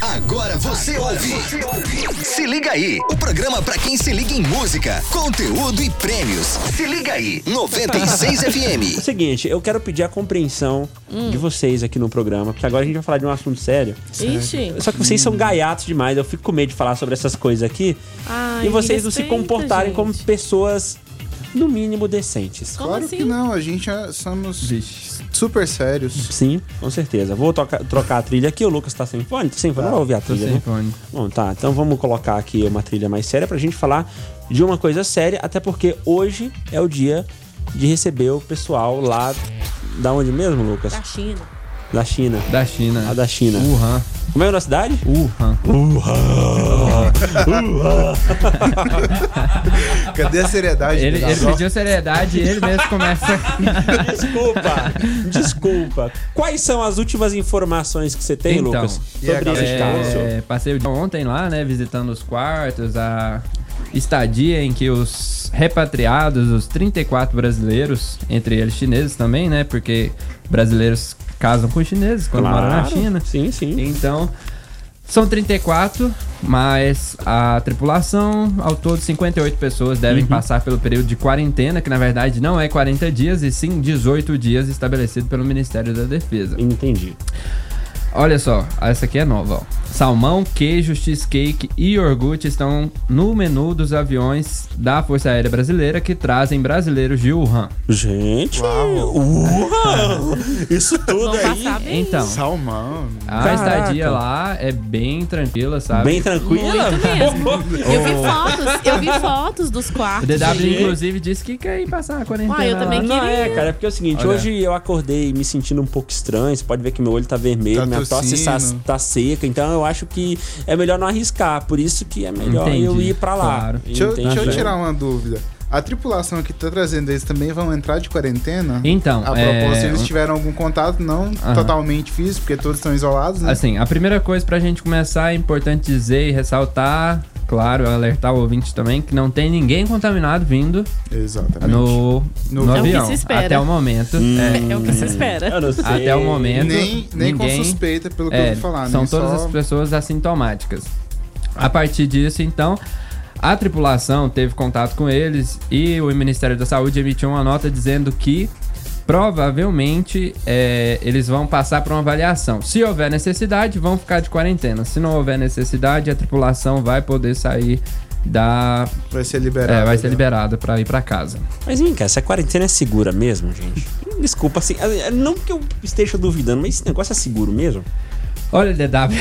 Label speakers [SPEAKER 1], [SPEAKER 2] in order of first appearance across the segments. [SPEAKER 1] Agora você ouve. Se liga aí. O programa pra quem se liga em música, conteúdo e prêmios. Se liga aí. 96
[SPEAKER 2] O
[SPEAKER 1] FM.
[SPEAKER 2] seguinte, eu quero pedir a compreensão
[SPEAKER 3] Hum.
[SPEAKER 2] de vocês aqui no programa, porque agora a gente vai falar de um assunto sério.
[SPEAKER 3] Ixi.
[SPEAKER 2] Só que vocês são
[SPEAKER 3] Hum.
[SPEAKER 2] gaiatos demais, eu fico com medo de falar sobre essas coisas aqui.
[SPEAKER 3] Ai,
[SPEAKER 2] e vocês
[SPEAKER 3] me
[SPEAKER 2] não se
[SPEAKER 3] respeita,
[SPEAKER 2] comportarem como
[SPEAKER 3] gente.
[SPEAKER 2] pessoas, no mínimo, decentes.
[SPEAKER 3] Como
[SPEAKER 4] claro
[SPEAKER 3] assim?
[SPEAKER 4] que não, a gente é- somos super sérios.
[SPEAKER 2] Sim, com certeza. Vou toca- trocar a trilha aqui, o Lucas tá sem fone, tá sem fone, não vai ouvir a
[SPEAKER 5] Tô
[SPEAKER 2] trilha,
[SPEAKER 5] sem
[SPEAKER 2] né?
[SPEAKER 5] fone.
[SPEAKER 2] Bom, tá. Então vamos colocar aqui uma trilha mais séria pra gente falar de uma coisa séria, até porque hoje é o dia de receber o pessoal lá da onde mesmo, Lucas?
[SPEAKER 3] Da China.
[SPEAKER 2] Da China.
[SPEAKER 5] Da China.
[SPEAKER 2] A da China.
[SPEAKER 5] Wuhan.
[SPEAKER 2] Como é a nossa cidade?
[SPEAKER 5] Wuhan.
[SPEAKER 4] Cadê a seriedade?
[SPEAKER 5] Ele,
[SPEAKER 4] da
[SPEAKER 5] ele
[SPEAKER 4] só-
[SPEAKER 5] pediu seriedade e ele mesmo começa.
[SPEAKER 2] Tá Desculpa. Desculpa. Quais são as últimas informações que você tem,
[SPEAKER 5] Então,
[SPEAKER 2] Lucas?
[SPEAKER 4] e a
[SPEAKER 2] Sobre esse
[SPEAKER 5] É,
[SPEAKER 2] caso.
[SPEAKER 5] passei o dia ontem lá, né? Visitando os quartos, a estadia em que os repatriados, os 34 brasileiros, entre eles chineses também, né? Porque brasileiros casam com chineses quando moram na
[SPEAKER 2] Claro.
[SPEAKER 5] China.
[SPEAKER 2] Sim, sim.
[SPEAKER 5] Então, são 34, mas a tripulação, ao todo 58 pessoas devem passar pelo período de quarentena, que na verdade não é 40 dias, e sim 18 dias estabelecido pelo Ministério da Defesa.
[SPEAKER 2] Entendi.
[SPEAKER 5] Olha só, essa aqui é nova, ó. Salmão, queijo, cheesecake e iogurte estão no menu dos aviões da Força Aérea Brasileira que trazem brasileiros de Wuhan.
[SPEAKER 2] Gente, uh! uau! Isso tudo
[SPEAKER 3] Vão
[SPEAKER 2] aí.
[SPEAKER 3] passar bem.
[SPEAKER 5] Então,
[SPEAKER 4] Salmão. né?
[SPEAKER 5] a
[SPEAKER 2] Caraca.
[SPEAKER 5] estadia lá é bem tranquila, sabe?
[SPEAKER 2] Bem então. tranquila?
[SPEAKER 3] Muito mesmo. Eu vi fotos, eu vi fotos dos
[SPEAKER 5] O
[SPEAKER 3] quartos.
[SPEAKER 5] DW,
[SPEAKER 3] gente.
[SPEAKER 5] inclusive, disse que quer ir passar a quarentena.
[SPEAKER 3] Uai, eu também
[SPEAKER 5] lá.
[SPEAKER 2] Não, é,
[SPEAKER 3] Queria.
[SPEAKER 2] cara, é porque é o seguinte,
[SPEAKER 5] Olha.
[SPEAKER 2] hoje eu acordei me sentindo um pouco estranho, você pode ver que meu olho tá vermelho,
[SPEAKER 4] Tá
[SPEAKER 2] minha tosse tá,
[SPEAKER 4] tossindo.
[SPEAKER 2] tá seca, então eu acho que é melhor não arriscar, por isso que é melhor
[SPEAKER 5] Entendi,
[SPEAKER 2] eu ir pra lá.
[SPEAKER 5] claro.
[SPEAKER 4] Deixa eu, deixa eu
[SPEAKER 2] Entende?
[SPEAKER 4] tirar um- uma dúvida. A tripulação que tá trazendo eles também vão entrar de quarentena?
[SPEAKER 5] Então,
[SPEAKER 4] A
[SPEAKER 5] é,
[SPEAKER 4] propósito, eles tiveram algum contato, não totalmente físico, porque todos estão isolados, né?
[SPEAKER 5] Assim, a primeira coisa pra gente começar é importante dizer e ressaltar, claro, alertar o ouvinte também, que não tem ninguém contaminado vindo
[SPEAKER 4] Exatamente.
[SPEAKER 5] no, no,
[SPEAKER 4] No voo.
[SPEAKER 3] É o
[SPEAKER 5] avião.
[SPEAKER 3] que se espera.
[SPEAKER 5] Até o momento.
[SPEAKER 3] É, é o que se espera.
[SPEAKER 2] Eu não sei.
[SPEAKER 5] Até o momento.
[SPEAKER 4] Nem, nem
[SPEAKER 5] ninguém,
[SPEAKER 4] com suspeita, pelo que eu
[SPEAKER 5] é,
[SPEAKER 4] ouvi falar,
[SPEAKER 5] São
[SPEAKER 4] né?
[SPEAKER 5] todas
[SPEAKER 4] Só-
[SPEAKER 5] as pessoas assintomáticas. A partir disso, então, a tripulação teve contato com eles e o Ministério da Saúde emitiu uma nota dizendo que provavelmente é, eles vão passar por uma avaliação. Se houver necessidade, vão ficar de quarentena. Se não houver necessidade, a tripulação vai poder sair da.
[SPEAKER 4] Vai ser liberado.
[SPEAKER 5] é, vai ser
[SPEAKER 4] né?
[SPEAKER 5] liberada pra ir pra casa.
[SPEAKER 2] Mas vem cá, essa quarentena é segura mesmo, gente? Desculpa, assim, é- é- não que eu esteja duvidando, mas esse negócio é seguro mesmo?
[SPEAKER 5] Olha, DW.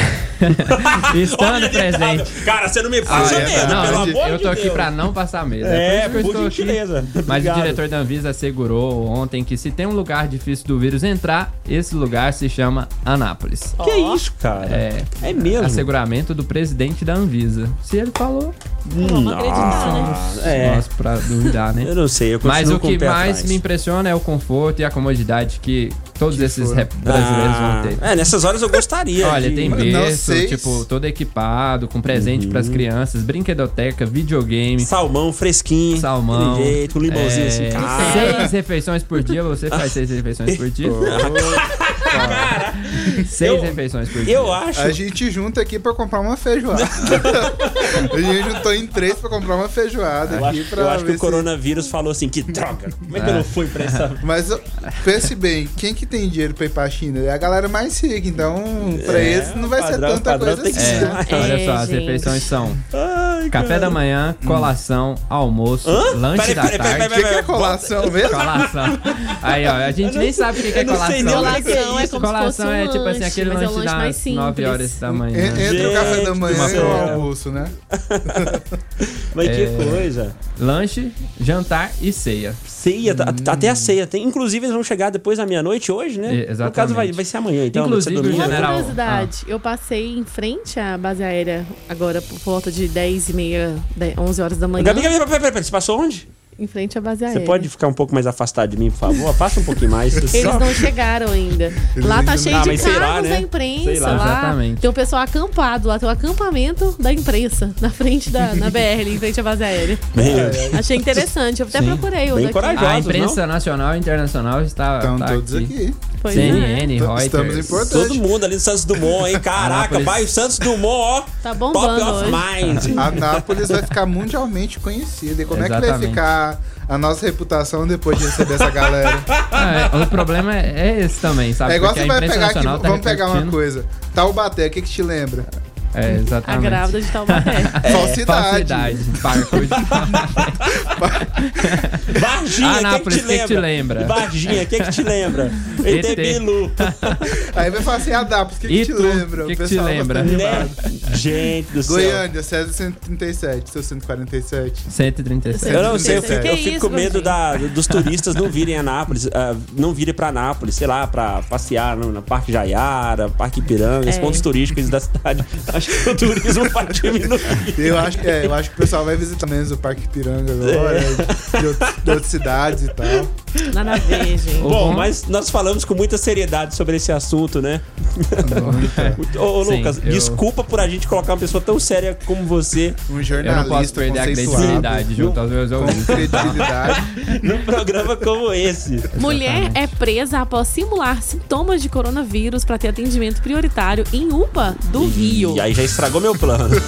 [SPEAKER 5] Estando
[SPEAKER 2] Olha,
[SPEAKER 5] presente.
[SPEAKER 2] deitado. Cara, você não me passa
[SPEAKER 4] Ah, é,
[SPEAKER 2] mesmo,
[SPEAKER 5] Não,
[SPEAKER 2] pelo
[SPEAKER 5] eu-
[SPEAKER 2] amor
[SPEAKER 5] eu
[SPEAKER 2] de
[SPEAKER 5] tô aqui
[SPEAKER 2] Deus.
[SPEAKER 5] pra não passar medo.
[SPEAKER 2] É,
[SPEAKER 5] por isso que
[SPEAKER 2] por
[SPEAKER 5] eu estou
[SPEAKER 2] gentileza.
[SPEAKER 5] Aqui. Mas
[SPEAKER 2] Obrigado.
[SPEAKER 5] o diretor da Anvisa assegurou ontem que se tem um lugar difícil do vírus entrar, esse lugar se chama Anápolis.
[SPEAKER 2] Que
[SPEAKER 3] Ó.
[SPEAKER 2] isso, cara?
[SPEAKER 5] É,
[SPEAKER 2] É mesmo?
[SPEAKER 5] Asseguramento do presidente da Anvisa. Se ele falou,
[SPEAKER 3] Vamos acreditar, né?
[SPEAKER 2] Nossa, é.
[SPEAKER 5] nós pra duvidar, né?
[SPEAKER 2] Hum, ah, Eu não sei, eu continuo
[SPEAKER 5] Mas o
[SPEAKER 2] com o
[SPEAKER 5] que
[SPEAKER 2] pé
[SPEAKER 5] mais
[SPEAKER 2] atrás.
[SPEAKER 5] me impressiona é o conforto e a comodidade que todos esses
[SPEAKER 4] foram.
[SPEAKER 5] rap- brasileiros vão ter.
[SPEAKER 2] Ah, É, nessas horas eu gostaria.
[SPEAKER 5] Olha,
[SPEAKER 2] de-
[SPEAKER 5] tem
[SPEAKER 4] Não
[SPEAKER 5] berço,
[SPEAKER 4] sei
[SPEAKER 5] tipo,
[SPEAKER 4] se-
[SPEAKER 5] todo equipado, com presente
[SPEAKER 2] Uhum.
[SPEAKER 5] pras crianças, brinquedoteca, videogame,
[SPEAKER 2] salmão fresquinho. Hum,
[SPEAKER 5] Salmão. É.
[SPEAKER 2] daquele jeito, um limãozinho assim. Cara,
[SPEAKER 5] Seis refeições por dia, você faz seis refeições por dia? seis
[SPEAKER 2] Eu-
[SPEAKER 5] refeições por dia.
[SPEAKER 2] eu acho.
[SPEAKER 4] A gente junta aqui pra comprar uma feijoada. a gente juntou em três pra comprar uma feijoada
[SPEAKER 2] Eu
[SPEAKER 4] tá aqui
[SPEAKER 2] acho,
[SPEAKER 4] pra
[SPEAKER 2] eu acho que
[SPEAKER 4] ver
[SPEAKER 2] o
[SPEAKER 4] se-
[SPEAKER 2] coronavírus falou assim, que droga, como é que eu não fui pra essa...
[SPEAKER 4] Mas ó, pense bem, quem que tem dinheiro pra ir pra China? É a galera mais rica, então pra
[SPEAKER 2] É,
[SPEAKER 4] eles não vai
[SPEAKER 2] padrão-
[SPEAKER 4] ser tanta
[SPEAKER 2] padrão
[SPEAKER 4] coisa
[SPEAKER 2] tem que
[SPEAKER 4] assim,
[SPEAKER 5] É,
[SPEAKER 2] ser.
[SPEAKER 4] né?
[SPEAKER 5] olha
[SPEAKER 3] É,
[SPEAKER 5] só, as
[SPEAKER 3] gente.
[SPEAKER 5] refeições são
[SPEAKER 2] Ai,
[SPEAKER 5] café da manhã,
[SPEAKER 2] Hum.
[SPEAKER 5] colação, almoço, lanche
[SPEAKER 2] Peraí,
[SPEAKER 5] da
[SPEAKER 2] peraí,
[SPEAKER 5] tarde.
[SPEAKER 2] peraí,
[SPEAKER 4] O que, que é colação mesmo?
[SPEAKER 5] Colação. Aí, ó, a gente nem sabe o que que é
[SPEAKER 2] eu não sei nem
[SPEAKER 5] colação.
[SPEAKER 2] o que é
[SPEAKER 3] Colação é isso. como se
[SPEAKER 5] Colação
[SPEAKER 3] fosse um
[SPEAKER 5] é tipo
[SPEAKER 3] lanche,
[SPEAKER 5] assim, aquele
[SPEAKER 3] mas é um
[SPEAKER 5] lanche
[SPEAKER 3] lanche mais
[SPEAKER 5] das
[SPEAKER 3] simples.
[SPEAKER 5] 9 horas da manhã.
[SPEAKER 4] En- Entre o café da
[SPEAKER 2] Gente
[SPEAKER 4] manhã
[SPEAKER 2] do
[SPEAKER 4] e o
[SPEAKER 2] céu.
[SPEAKER 4] almoço, né?
[SPEAKER 2] Mas
[SPEAKER 5] É.
[SPEAKER 2] que coisa.
[SPEAKER 5] Lanche, jantar e ceia.
[SPEAKER 2] Ceia, tá- até a ceia. Tem, inclusive, eles vão chegar depois da meia-noite hoje, né?
[SPEAKER 5] É,
[SPEAKER 2] No caso,
[SPEAKER 5] exatamente.
[SPEAKER 2] vai, vai ser amanhã, então. vai
[SPEAKER 5] Inclusive,
[SPEAKER 2] ser domingo,
[SPEAKER 5] o
[SPEAKER 3] Uma
[SPEAKER 5] general-
[SPEAKER 3] curiosidade, eu passei em frente à base aérea agora por volta de 10 e meia, 10, 11 horas da
[SPEAKER 2] né?
[SPEAKER 3] manhã.
[SPEAKER 2] Gabi, Gabi, peraí, peraí, peraí, você passou onde?
[SPEAKER 3] Em frente à base
[SPEAKER 2] Você
[SPEAKER 3] aérea.
[SPEAKER 2] pode ficar um pouco mais afastado de mim, por favor? Afasta um pouquinho mais.
[SPEAKER 3] É. Eles
[SPEAKER 2] Só-
[SPEAKER 3] não chegaram ainda. lá
[SPEAKER 4] ainda
[SPEAKER 3] tá
[SPEAKER 4] não-
[SPEAKER 3] cheio
[SPEAKER 2] Ah,
[SPEAKER 3] de
[SPEAKER 2] mas
[SPEAKER 3] carros
[SPEAKER 2] será, né?
[SPEAKER 3] da
[SPEAKER 2] Sei
[SPEAKER 3] imprensa.
[SPEAKER 2] lá.
[SPEAKER 3] Lá.
[SPEAKER 5] Exatamente.
[SPEAKER 3] Tem o pessoal acampado lá, tem o acampamento da imprensa na frente da na BR, em frente à base aérea.
[SPEAKER 2] Bem,
[SPEAKER 3] Achei interessante, eu até
[SPEAKER 5] Sim.
[SPEAKER 3] procurei é o
[SPEAKER 2] Bem
[SPEAKER 3] daqui.
[SPEAKER 2] corajoso.
[SPEAKER 5] A
[SPEAKER 2] Josos,
[SPEAKER 5] imprensa nacional e internacional está.
[SPEAKER 4] Estão
[SPEAKER 5] tá
[SPEAKER 4] Então, todos aqui. Então,
[SPEAKER 3] Pois é.
[SPEAKER 5] CNN,
[SPEAKER 4] Estamos
[SPEAKER 5] Reuters.
[SPEAKER 4] importantes.
[SPEAKER 2] Todo mundo ali no Santos Dumont, hein? Caraca,
[SPEAKER 5] Anápolis.
[SPEAKER 2] bairro Santos Dumont, ó.
[SPEAKER 3] Tá
[SPEAKER 2] Top
[SPEAKER 3] bombando
[SPEAKER 2] of
[SPEAKER 3] hoje.
[SPEAKER 2] mind.
[SPEAKER 4] A Nápoles vai ficar mundialmente conhecida. E como é que vai
[SPEAKER 5] Exatamente.
[SPEAKER 4] ficar a nossa reputação depois de receber essa galera?
[SPEAKER 5] Ah, é, o problema é é esse também, sabe?
[SPEAKER 4] É igual
[SPEAKER 5] Porque
[SPEAKER 4] você
[SPEAKER 5] a
[SPEAKER 4] vai
[SPEAKER 5] imprensa
[SPEAKER 4] pegar aqui,
[SPEAKER 5] nacional tá
[SPEAKER 4] vamos pegar uma
[SPEAKER 5] repercutindo.
[SPEAKER 4] coisa. Taubaté, o que que te lembra?
[SPEAKER 5] É,
[SPEAKER 3] A
[SPEAKER 5] exatamente.
[SPEAKER 3] grávida de Taubaté.
[SPEAKER 4] Falsidade.
[SPEAKER 5] É, Falsidade. Parkour de
[SPEAKER 2] Varginha, o que,
[SPEAKER 5] Anápolis,
[SPEAKER 2] que te lembra?
[SPEAKER 5] lembra?
[SPEAKER 2] Varginha, o que, que te lembra? ET
[SPEAKER 5] ET.
[SPEAKER 2] Bilu.
[SPEAKER 4] Aí vai falar assim, Adápolis, o que que
[SPEAKER 5] E
[SPEAKER 4] te
[SPEAKER 5] tu?
[SPEAKER 4] lembra?
[SPEAKER 5] Que que
[SPEAKER 4] pessoal
[SPEAKER 5] te
[SPEAKER 4] vai
[SPEAKER 5] lembra?
[SPEAKER 4] ficar animado.
[SPEAKER 2] né? Gente do céu.
[SPEAKER 4] Goiânia, César 137, seu 147.
[SPEAKER 5] 137.
[SPEAKER 2] Eu não sei, eu fico,
[SPEAKER 3] Que
[SPEAKER 2] eu fico
[SPEAKER 3] isso,
[SPEAKER 2] com medo
[SPEAKER 3] Gordinho?
[SPEAKER 2] da- dos turistas não virem a Anápolis, ah, não virem pra Anápolis, sei lá, pra passear no, no Parque Jaiara, Parque Ipiranga, esses
[SPEAKER 3] É.
[SPEAKER 2] pontos turísticos da cidade. Acho que o turismo vai diminuir.
[SPEAKER 4] Eu acho, que- é, eu acho que o pessoal vai visitar menos o Parque Piranga
[SPEAKER 5] É.
[SPEAKER 4] agora, de, outros- de outras cidades e tal.
[SPEAKER 3] Nada a ver, gente.
[SPEAKER 5] Ô,
[SPEAKER 2] Bom,
[SPEAKER 5] bom.
[SPEAKER 2] mas nós falamos com muita seriedade sobre esse assunto, né? Ô, ô,
[SPEAKER 5] Sim,
[SPEAKER 2] Lucas,
[SPEAKER 5] eu-
[SPEAKER 2] desculpa por a gente colocar uma pessoa tão séria como você
[SPEAKER 4] Um
[SPEAKER 5] Eu
[SPEAKER 4] jornalista
[SPEAKER 5] não posso perder a
[SPEAKER 4] conceituado,
[SPEAKER 5] credibilidade junto aos meus
[SPEAKER 4] Com
[SPEAKER 5] ouvintes. tá?
[SPEAKER 4] credibilidade.
[SPEAKER 2] num programa como esse.
[SPEAKER 3] Mulher é presa após simular sintomas de coronavírus para ter atendimento prioritário em UPA do Rio.
[SPEAKER 2] E aí já estragou meu plano.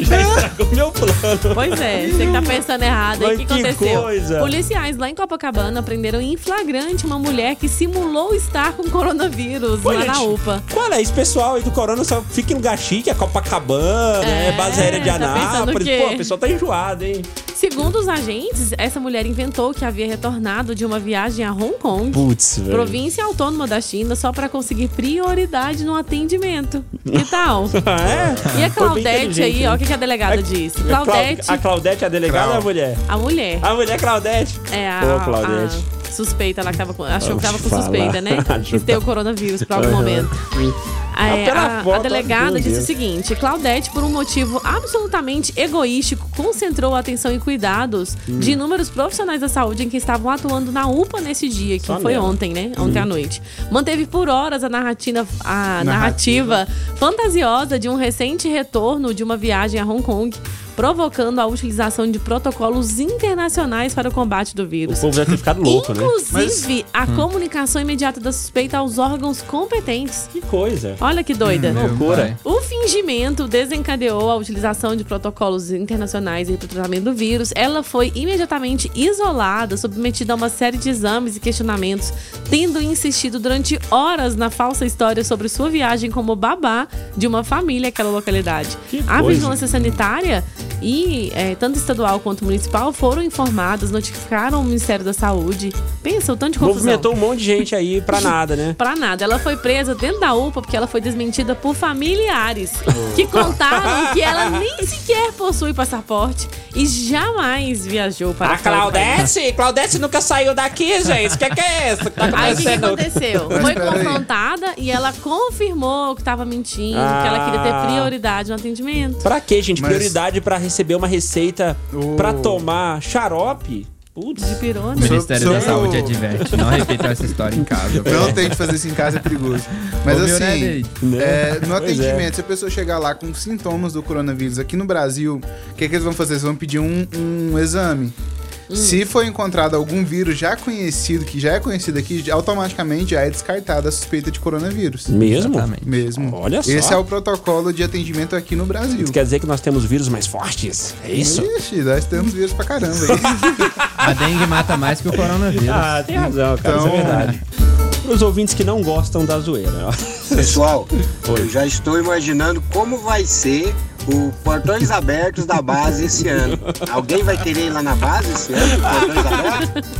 [SPEAKER 2] já estragou meu plano.
[SPEAKER 3] Pois é, você que tá pensando errado
[SPEAKER 2] Mas
[SPEAKER 3] aí, o que,
[SPEAKER 2] que
[SPEAKER 3] aconteceu?
[SPEAKER 2] coisa!
[SPEAKER 3] Policiais lá em Copacabana prenderam em flagrante uma mulher que simulou estar com coronavírus
[SPEAKER 2] Pô,
[SPEAKER 3] lá na
[SPEAKER 2] gente,
[SPEAKER 3] UPA.
[SPEAKER 2] Qual é? Esse pessoal aí do Corona só fica em lugar chique, é Copacabana, é,
[SPEAKER 3] É,
[SPEAKER 2] base aérea de
[SPEAKER 3] tá pensando o
[SPEAKER 2] Anápolis.
[SPEAKER 3] quê?
[SPEAKER 2] Pô, o pessoal tá enjoado, hein?
[SPEAKER 3] Segundo os agentes, essa mulher inventou que havia retornado de uma viagem a Hong Kong.
[SPEAKER 2] Putz, velho.
[SPEAKER 3] Província autônoma da China só para conseguir prioridade no atendimento. Que tal?
[SPEAKER 2] é?
[SPEAKER 3] E a
[SPEAKER 2] Foi bem
[SPEAKER 3] Claudete aí,
[SPEAKER 2] inteligente,
[SPEAKER 3] ó,
[SPEAKER 2] né?
[SPEAKER 3] o que, que a delegada disse?
[SPEAKER 2] A Clau-
[SPEAKER 3] Claudete,
[SPEAKER 2] A Claudete, é a delegada
[SPEAKER 4] Clau.
[SPEAKER 2] ou a mulher?
[SPEAKER 3] a mulher.
[SPEAKER 2] A mulher Claudete.
[SPEAKER 3] É a,
[SPEAKER 2] Pô, Claudete.
[SPEAKER 3] a suspeita lá que tava com, achou
[SPEAKER 2] Vamos
[SPEAKER 3] que tava com
[SPEAKER 2] falar.
[SPEAKER 3] suspeita, né?
[SPEAKER 2] Achou
[SPEAKER 3] Que
[SPEAKER 2] que
[SPEAKER 3] deu coronavírus pra algum
[SPEAKER 2] Aham. Hum.
[SPEAKER 3] momento. É,
[SPEAKER 2] pela
[SPEAKER 3] a,
[SPEAKER 2] foto,
[SPEAKER 3] a delegada
[SPEAKER 2] meu
[SPEAKER 3] disse
[SPEAKER 2] Deus.
[SPEAKER 3] o seguinte: Claudete, por um motivo absolutamente egoístico, concentrou a atenção e cuidados
[SPEAKER 2] Hum.
[SPEAKER 3] de inúmeros profissionais da saúde em que estavam atuando na UPA nesse dia, que
[SPEAKER 2] Só
[SPEAKER 3] foi
[SPEAKER 2] nela. Hum.
[SPEAKER 3] ontem, né? Ontem à noite. Manteve por horas a narrativa, a narrativa fantasiosa de um recente retorno de uma viagem a Hong Kong. Provocando a utilização de protocolos internacionais para o combate do vírus.
[SPEAKER 2] O povo deve ter ficado louco, né?
[SPEAKER 3] Inclusive, a comunicação imediata da suspeita aos órgãos competentes.
[SPEAKER 2] Que coisa.
[SPEAKER 3] Olha que doida.
[SPEAKER 2] Loucura.
[SPEAKER 3] O fingimento desencadeou a utilização de protocolos internacionais aí para o tratamento do vírus. Ela foi imediatamente isolada, submetida a uma série de exames e questionamentos, tendo insistido durante horas na falsa história sobre sua viagem como babá de uma família àquela localidade.
[SPEAKER 2] Que
[SPEAKER 3] a
[SPEAKER 2] coisa.
[SPEAKER 3] vigilância sanitária e eh, tanto estadual quanto municipal foram informadas, notificaram o Ministério da Saúde. Pensa o tanto de confusão.
[SPEAKER 2] Movimentou um monte de gente aí pra nada, né?
[SPEAKER 3] Pra nada. Ela foi presa dentro da UPA porque ela foi desmentida por familiares que
[SPEAKER 2] Oh.
[SPEAKER 3] contaram que ela nem sequer possui passaporte e jamais viajou para
[SPEAKER 2] A é
[SPEAKER 3] fora do país.
[SPEAKER 2] Claudete? Claudete nunca saiu daqui, gente. O que, que é isso? que Tá
[SPEAKER 3] Aí o que, que
[SPEAKER 2] acontecendo?
[SPEAKER 3] aconteceu?
[SPEAKER 4] Mas
[SPEAKER 3] Foi
[SPEAKER 4] peraí.
[SPEAKER 3] confrontada e ela confirmou que tava mentindo,
[SPEAKER 2] Ah.
[SPEAKER 3] que ela queria ter prioridade no atendimento.
[SPEAKER 2] Pra quê, gente?
[SPEAKER 4] Mas-
[SPEAKER 2] Prioridade pra receber uma receita
[SPEAKER 4] O-
[SPEAKER 2] pra tomar xarope?
[SPEAKER 3] De
[SPEAKER 2] Putz.
[SPEAKER 5] O
[SPEAKER 3] pirona.
[SPEAKER 5] Ministério
[SPEAKER 4] Sobre-
[SPEAKER 5] da Saúde
[SPEAKER 4] sobre o-
[SPEAKER 5] adverte. Não repitam essa história em casa.
[SPEAKER 4] Não tente fazer isso em casa, é perigoso. Mas
[SPEAKER 5] Ouviu, né,
[SPEAKER 4] assim,
[SPEAKER 5] Neide?
[SPEAKER 2] Né?
[SPEAKER 4] é, no
[SPEAKER 2] Pois
[SPEAKER 4] atendimento, se a pessoa chegar lá com sintomas do coronavírus aqui no Brasil, o que, que eles vão fazer? Eles vão pedir um, um exame. Se for encontrado algum vírus já conhecido, que já é conhecido aqui, automaticamente já é descartada a suspeita de coronavírus.
[SPEAKER 2] Mesmo?
[SPEAKER 5] Exatamente.
[SPEAKER 4] Mesmo.
[SPEAKER 2] Olha só.
[SPEAKER 4] Esse é o protocolo de atendimento aqui no Brasil.
[SPEAKER 2] Isso quer dizer que nós temos vírus mais fortes? É isso?
[SPEAKER 4] Ixi, nós temos vírus pra caramba aí.
[SPEAKER 5] A dengue mata mais que o coronavírus.
[SPEAKER 2] Ah, tem razão, cara. Isso é
[SPEAKER 4] Então-
[SPEAKER 2] verdade. Pros ouvintes que não gostam da zoeira.
[SPEAKER 6] Pessoal, eu já estou imaginando como vai ser o Portões Abertos da base esse ano. Alguém vai querer ir lá na base esse ano? Portões Abertos?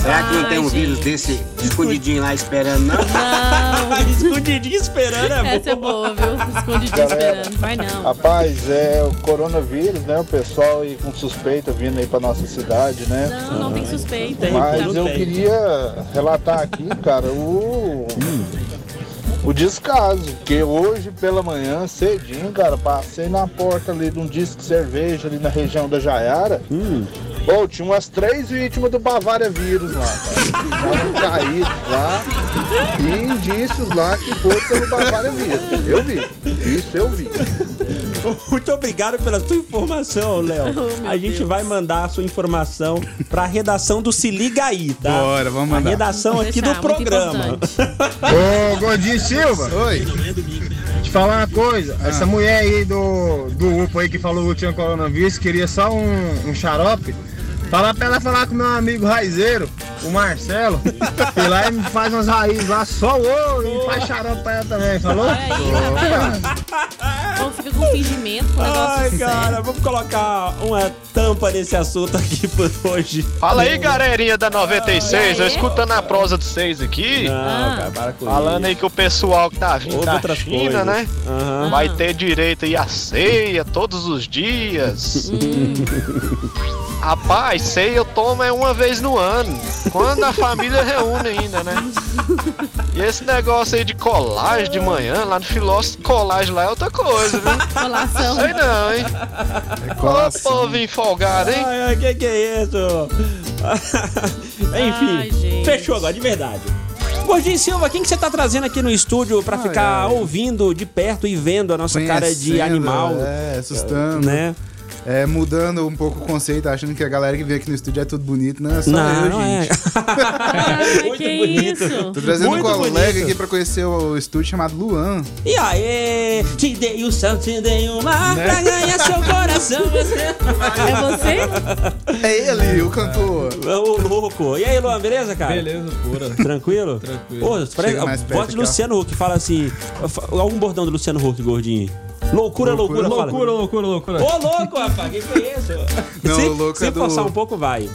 [SPEAKER 6] Será que não tem um
[SPEAKER 3] Ai,
[SPEAKER 6] vírus
[SPEAKER 3] gente.
[SPEAKER 6] desse escondidinho lá esperando, não?
[SPEAKER 3] Não.
[SPEAKER 2] Escondidinho esperando, é
[SPEAKER 3] Ah, Essa é boa, viu? Escondidinho esperando. Vai não.
[SPEAKER 7] Rapaz, é o coronavírus, né? O pessoal aí com suspeita vindo aí pra nossa cidade, né?
[SPEAKER 3] Não, não tem suspeita. Tá
[SPEAKER 2] Tem,
[SPEAKER 7] Mas
[SPEAKER 2] não
[SPEAKER 7] eu
[SPEAKER 2] tem.
[SPEAKER 7] queria relatar aqui, cara, o. O descaso, que hoje pela manhã, cedinho, cara, passei na porta ali de um disco de cerveja ali na região da Jaiara. Pô, tinha umas três vítimas do Bavária vírus lá, cara. Estavam caídos lá e indícios lá que foi pelo Bavária vírus. Eu vi, isso eu vi.
[SPEAKER 2] Muito obrigado pela sua informação, Léo.
[SPEAKER 3] Oh, meu
[SPEAKER 2] a gente
[SPEAKER 3] Deus.
[SPEAKER 2] vai mandar a sua informação pra redação do Se Liga Aí, tá?
[SPEAKER 4] Bora, vamos mandar.
[SPEAKER 2] A redação
[SPEAKER 3] Vou
[SPEAKER 2] aqui
[SPEAKER 3] deixar,
[SPEAKER 2] do
[SPEAKER 3] muito
[SPEAKER 2] programa.
[SPEAKER 3] importante.
[SPEAKER 8] Ô, Godinho Silva,
[SPEAKER 4] Oi.
[SPEAKER 8] te falar uma coisa.
[SPEAKER 6] Ah.
[SPEAKER 8] Essa mulher aí do, do UPA aí que falou que tinha coronavírus, queria só um, um xarope. Falar pra ela falar com meu amigo raizeiro, o Marcelo. E lá ele faz umas raízes lá, só ouro e faz xarope pra ela também, falou?
[SPEAKER 3] Olha É
[SPEAKER 8] 어.
[SPEAKER 3] aí, tá vendo? Ou fica com fingimento, com negócio
[SPEAKER 2] Ai,
[SPEAKER 3] sério.
[SPEAKER 2] cara, vamos colocar uma tampa nesse assunto aqui por hoje.
[SPEAKER 9] Fala aí, galerinha da 96.
[SPEAKER 3] Ah,
[SPEAKER 9] Eu
[SPEAKER 3] é?
[SPEAKER 9] escutando a prosa de vocês aqui.
[SPEAKER 2] Não,
[SPEAKER 3] Ah.
[SPEAKER 2] cara, para com
[SPEAKER 9] Falando aí que o pessoal que tá vindo
[SPEAKER 2] Houve
[SPEAKER 9] da
[SPEAKER 2] outras
[SPEAKER 9] China,
[SPEAKER 2] coisas. Ah.
[SPEAKER 9] né?
[SPEAKER 2] Aham.
[SPEAKER 9] Vai ter direito aí a ceia todos os dias. Rapaz, ceia eu tomo é uma vez no ano. Quando a família reúne ainda, né? E esse negócio aí de colagem de manhã, lá no Filósofo, colagem lá é outra coisa, viu?
[SPEAKER 3] Colação.
[SPEAKER 9] Sei não, hein?
[SPEAKER 2] É
[SPEAKER 9] Ô, povo folgado, hein?
[SPEAKER 2] Ai, ai, que que é isso?
[SPEAKER 3] Ai,
[SPEAKER 2] Enfim,
[SPEAKER 3] gente.
[SPEAKER 2] fechou agora, de verdade. Gordinho Silva, quem que você tá trazendo aqui no estúdio pra
[SPEAKER 4] Ai,
[SPEAKER 2] ficar
[SPEAKER 4] ai.
[SPEAKER 2] ouvindo de perto e vendo a nossa cara de
[SPEAKER 4] Conhecendo,
[SPEAKER 2] animal,
[SPEAKER 4] É, assustando.
[SPEAKER 2] né?
[SPEAKER 4] É, mudando um pouco o conceito, achando que a galera que vem aqui no estúdio é tudo bonito, né? É só eu, gente.
[SPEAKER 3] Ai,
[SPEAKER 2] Muito
[SPEAKER 3] que
[SPEAKER 2] bonito.
[SPEAKER 3] isso?
[SPEAKER 4] Tô trazendo
[SPEAKER 2] Muito
[SPEAKER 4] um colega
[SPEAKER 2] bonito.
[SPEAKER 4] aqui pra conhecer o estúdio chamado Luan.
[SPEAKER 2] E aí, te dei o céu, te dei o mar
[SPEAKER 4] Né?
[SPEAKER 2] pra ganhar seu coração. Você...
[SPEAKER 3] É você?
[SPEAKER 4] É ele, o cantor.
[SPEAKER 2] Ô, louco. E aí, Luan, beleza, cara?
[SPEAKER 5] Beleza, pura.
[SPEAKER 2] Tranquilo?
[SPEAKER 5] Tranquilo.
[SPEAKER 2] Ô, parece,
[SPEAKER 4] Chega mais perto
[SPEAKER 2] voz de
[SPEAKER 4] aqui, ó.
[SPEAKER 2] Luciano Huck, fala assim. fa- Algum bordão do Luciano Huck, gordinho. Loucura, loucura, fala.
[SPEAKER 5] Loucura, loucura, loucura.
[SPEAKER 2] Ô, louco, rapaz, que que é isso?
[SPEAKER 4] Não,
[SPEAKER 2] se
[SPEAKER 4] o louco
[SPEAKER 2] se
[SPEAKER 4] é do-
[SPEAKER 2] forçar um pouco, vai.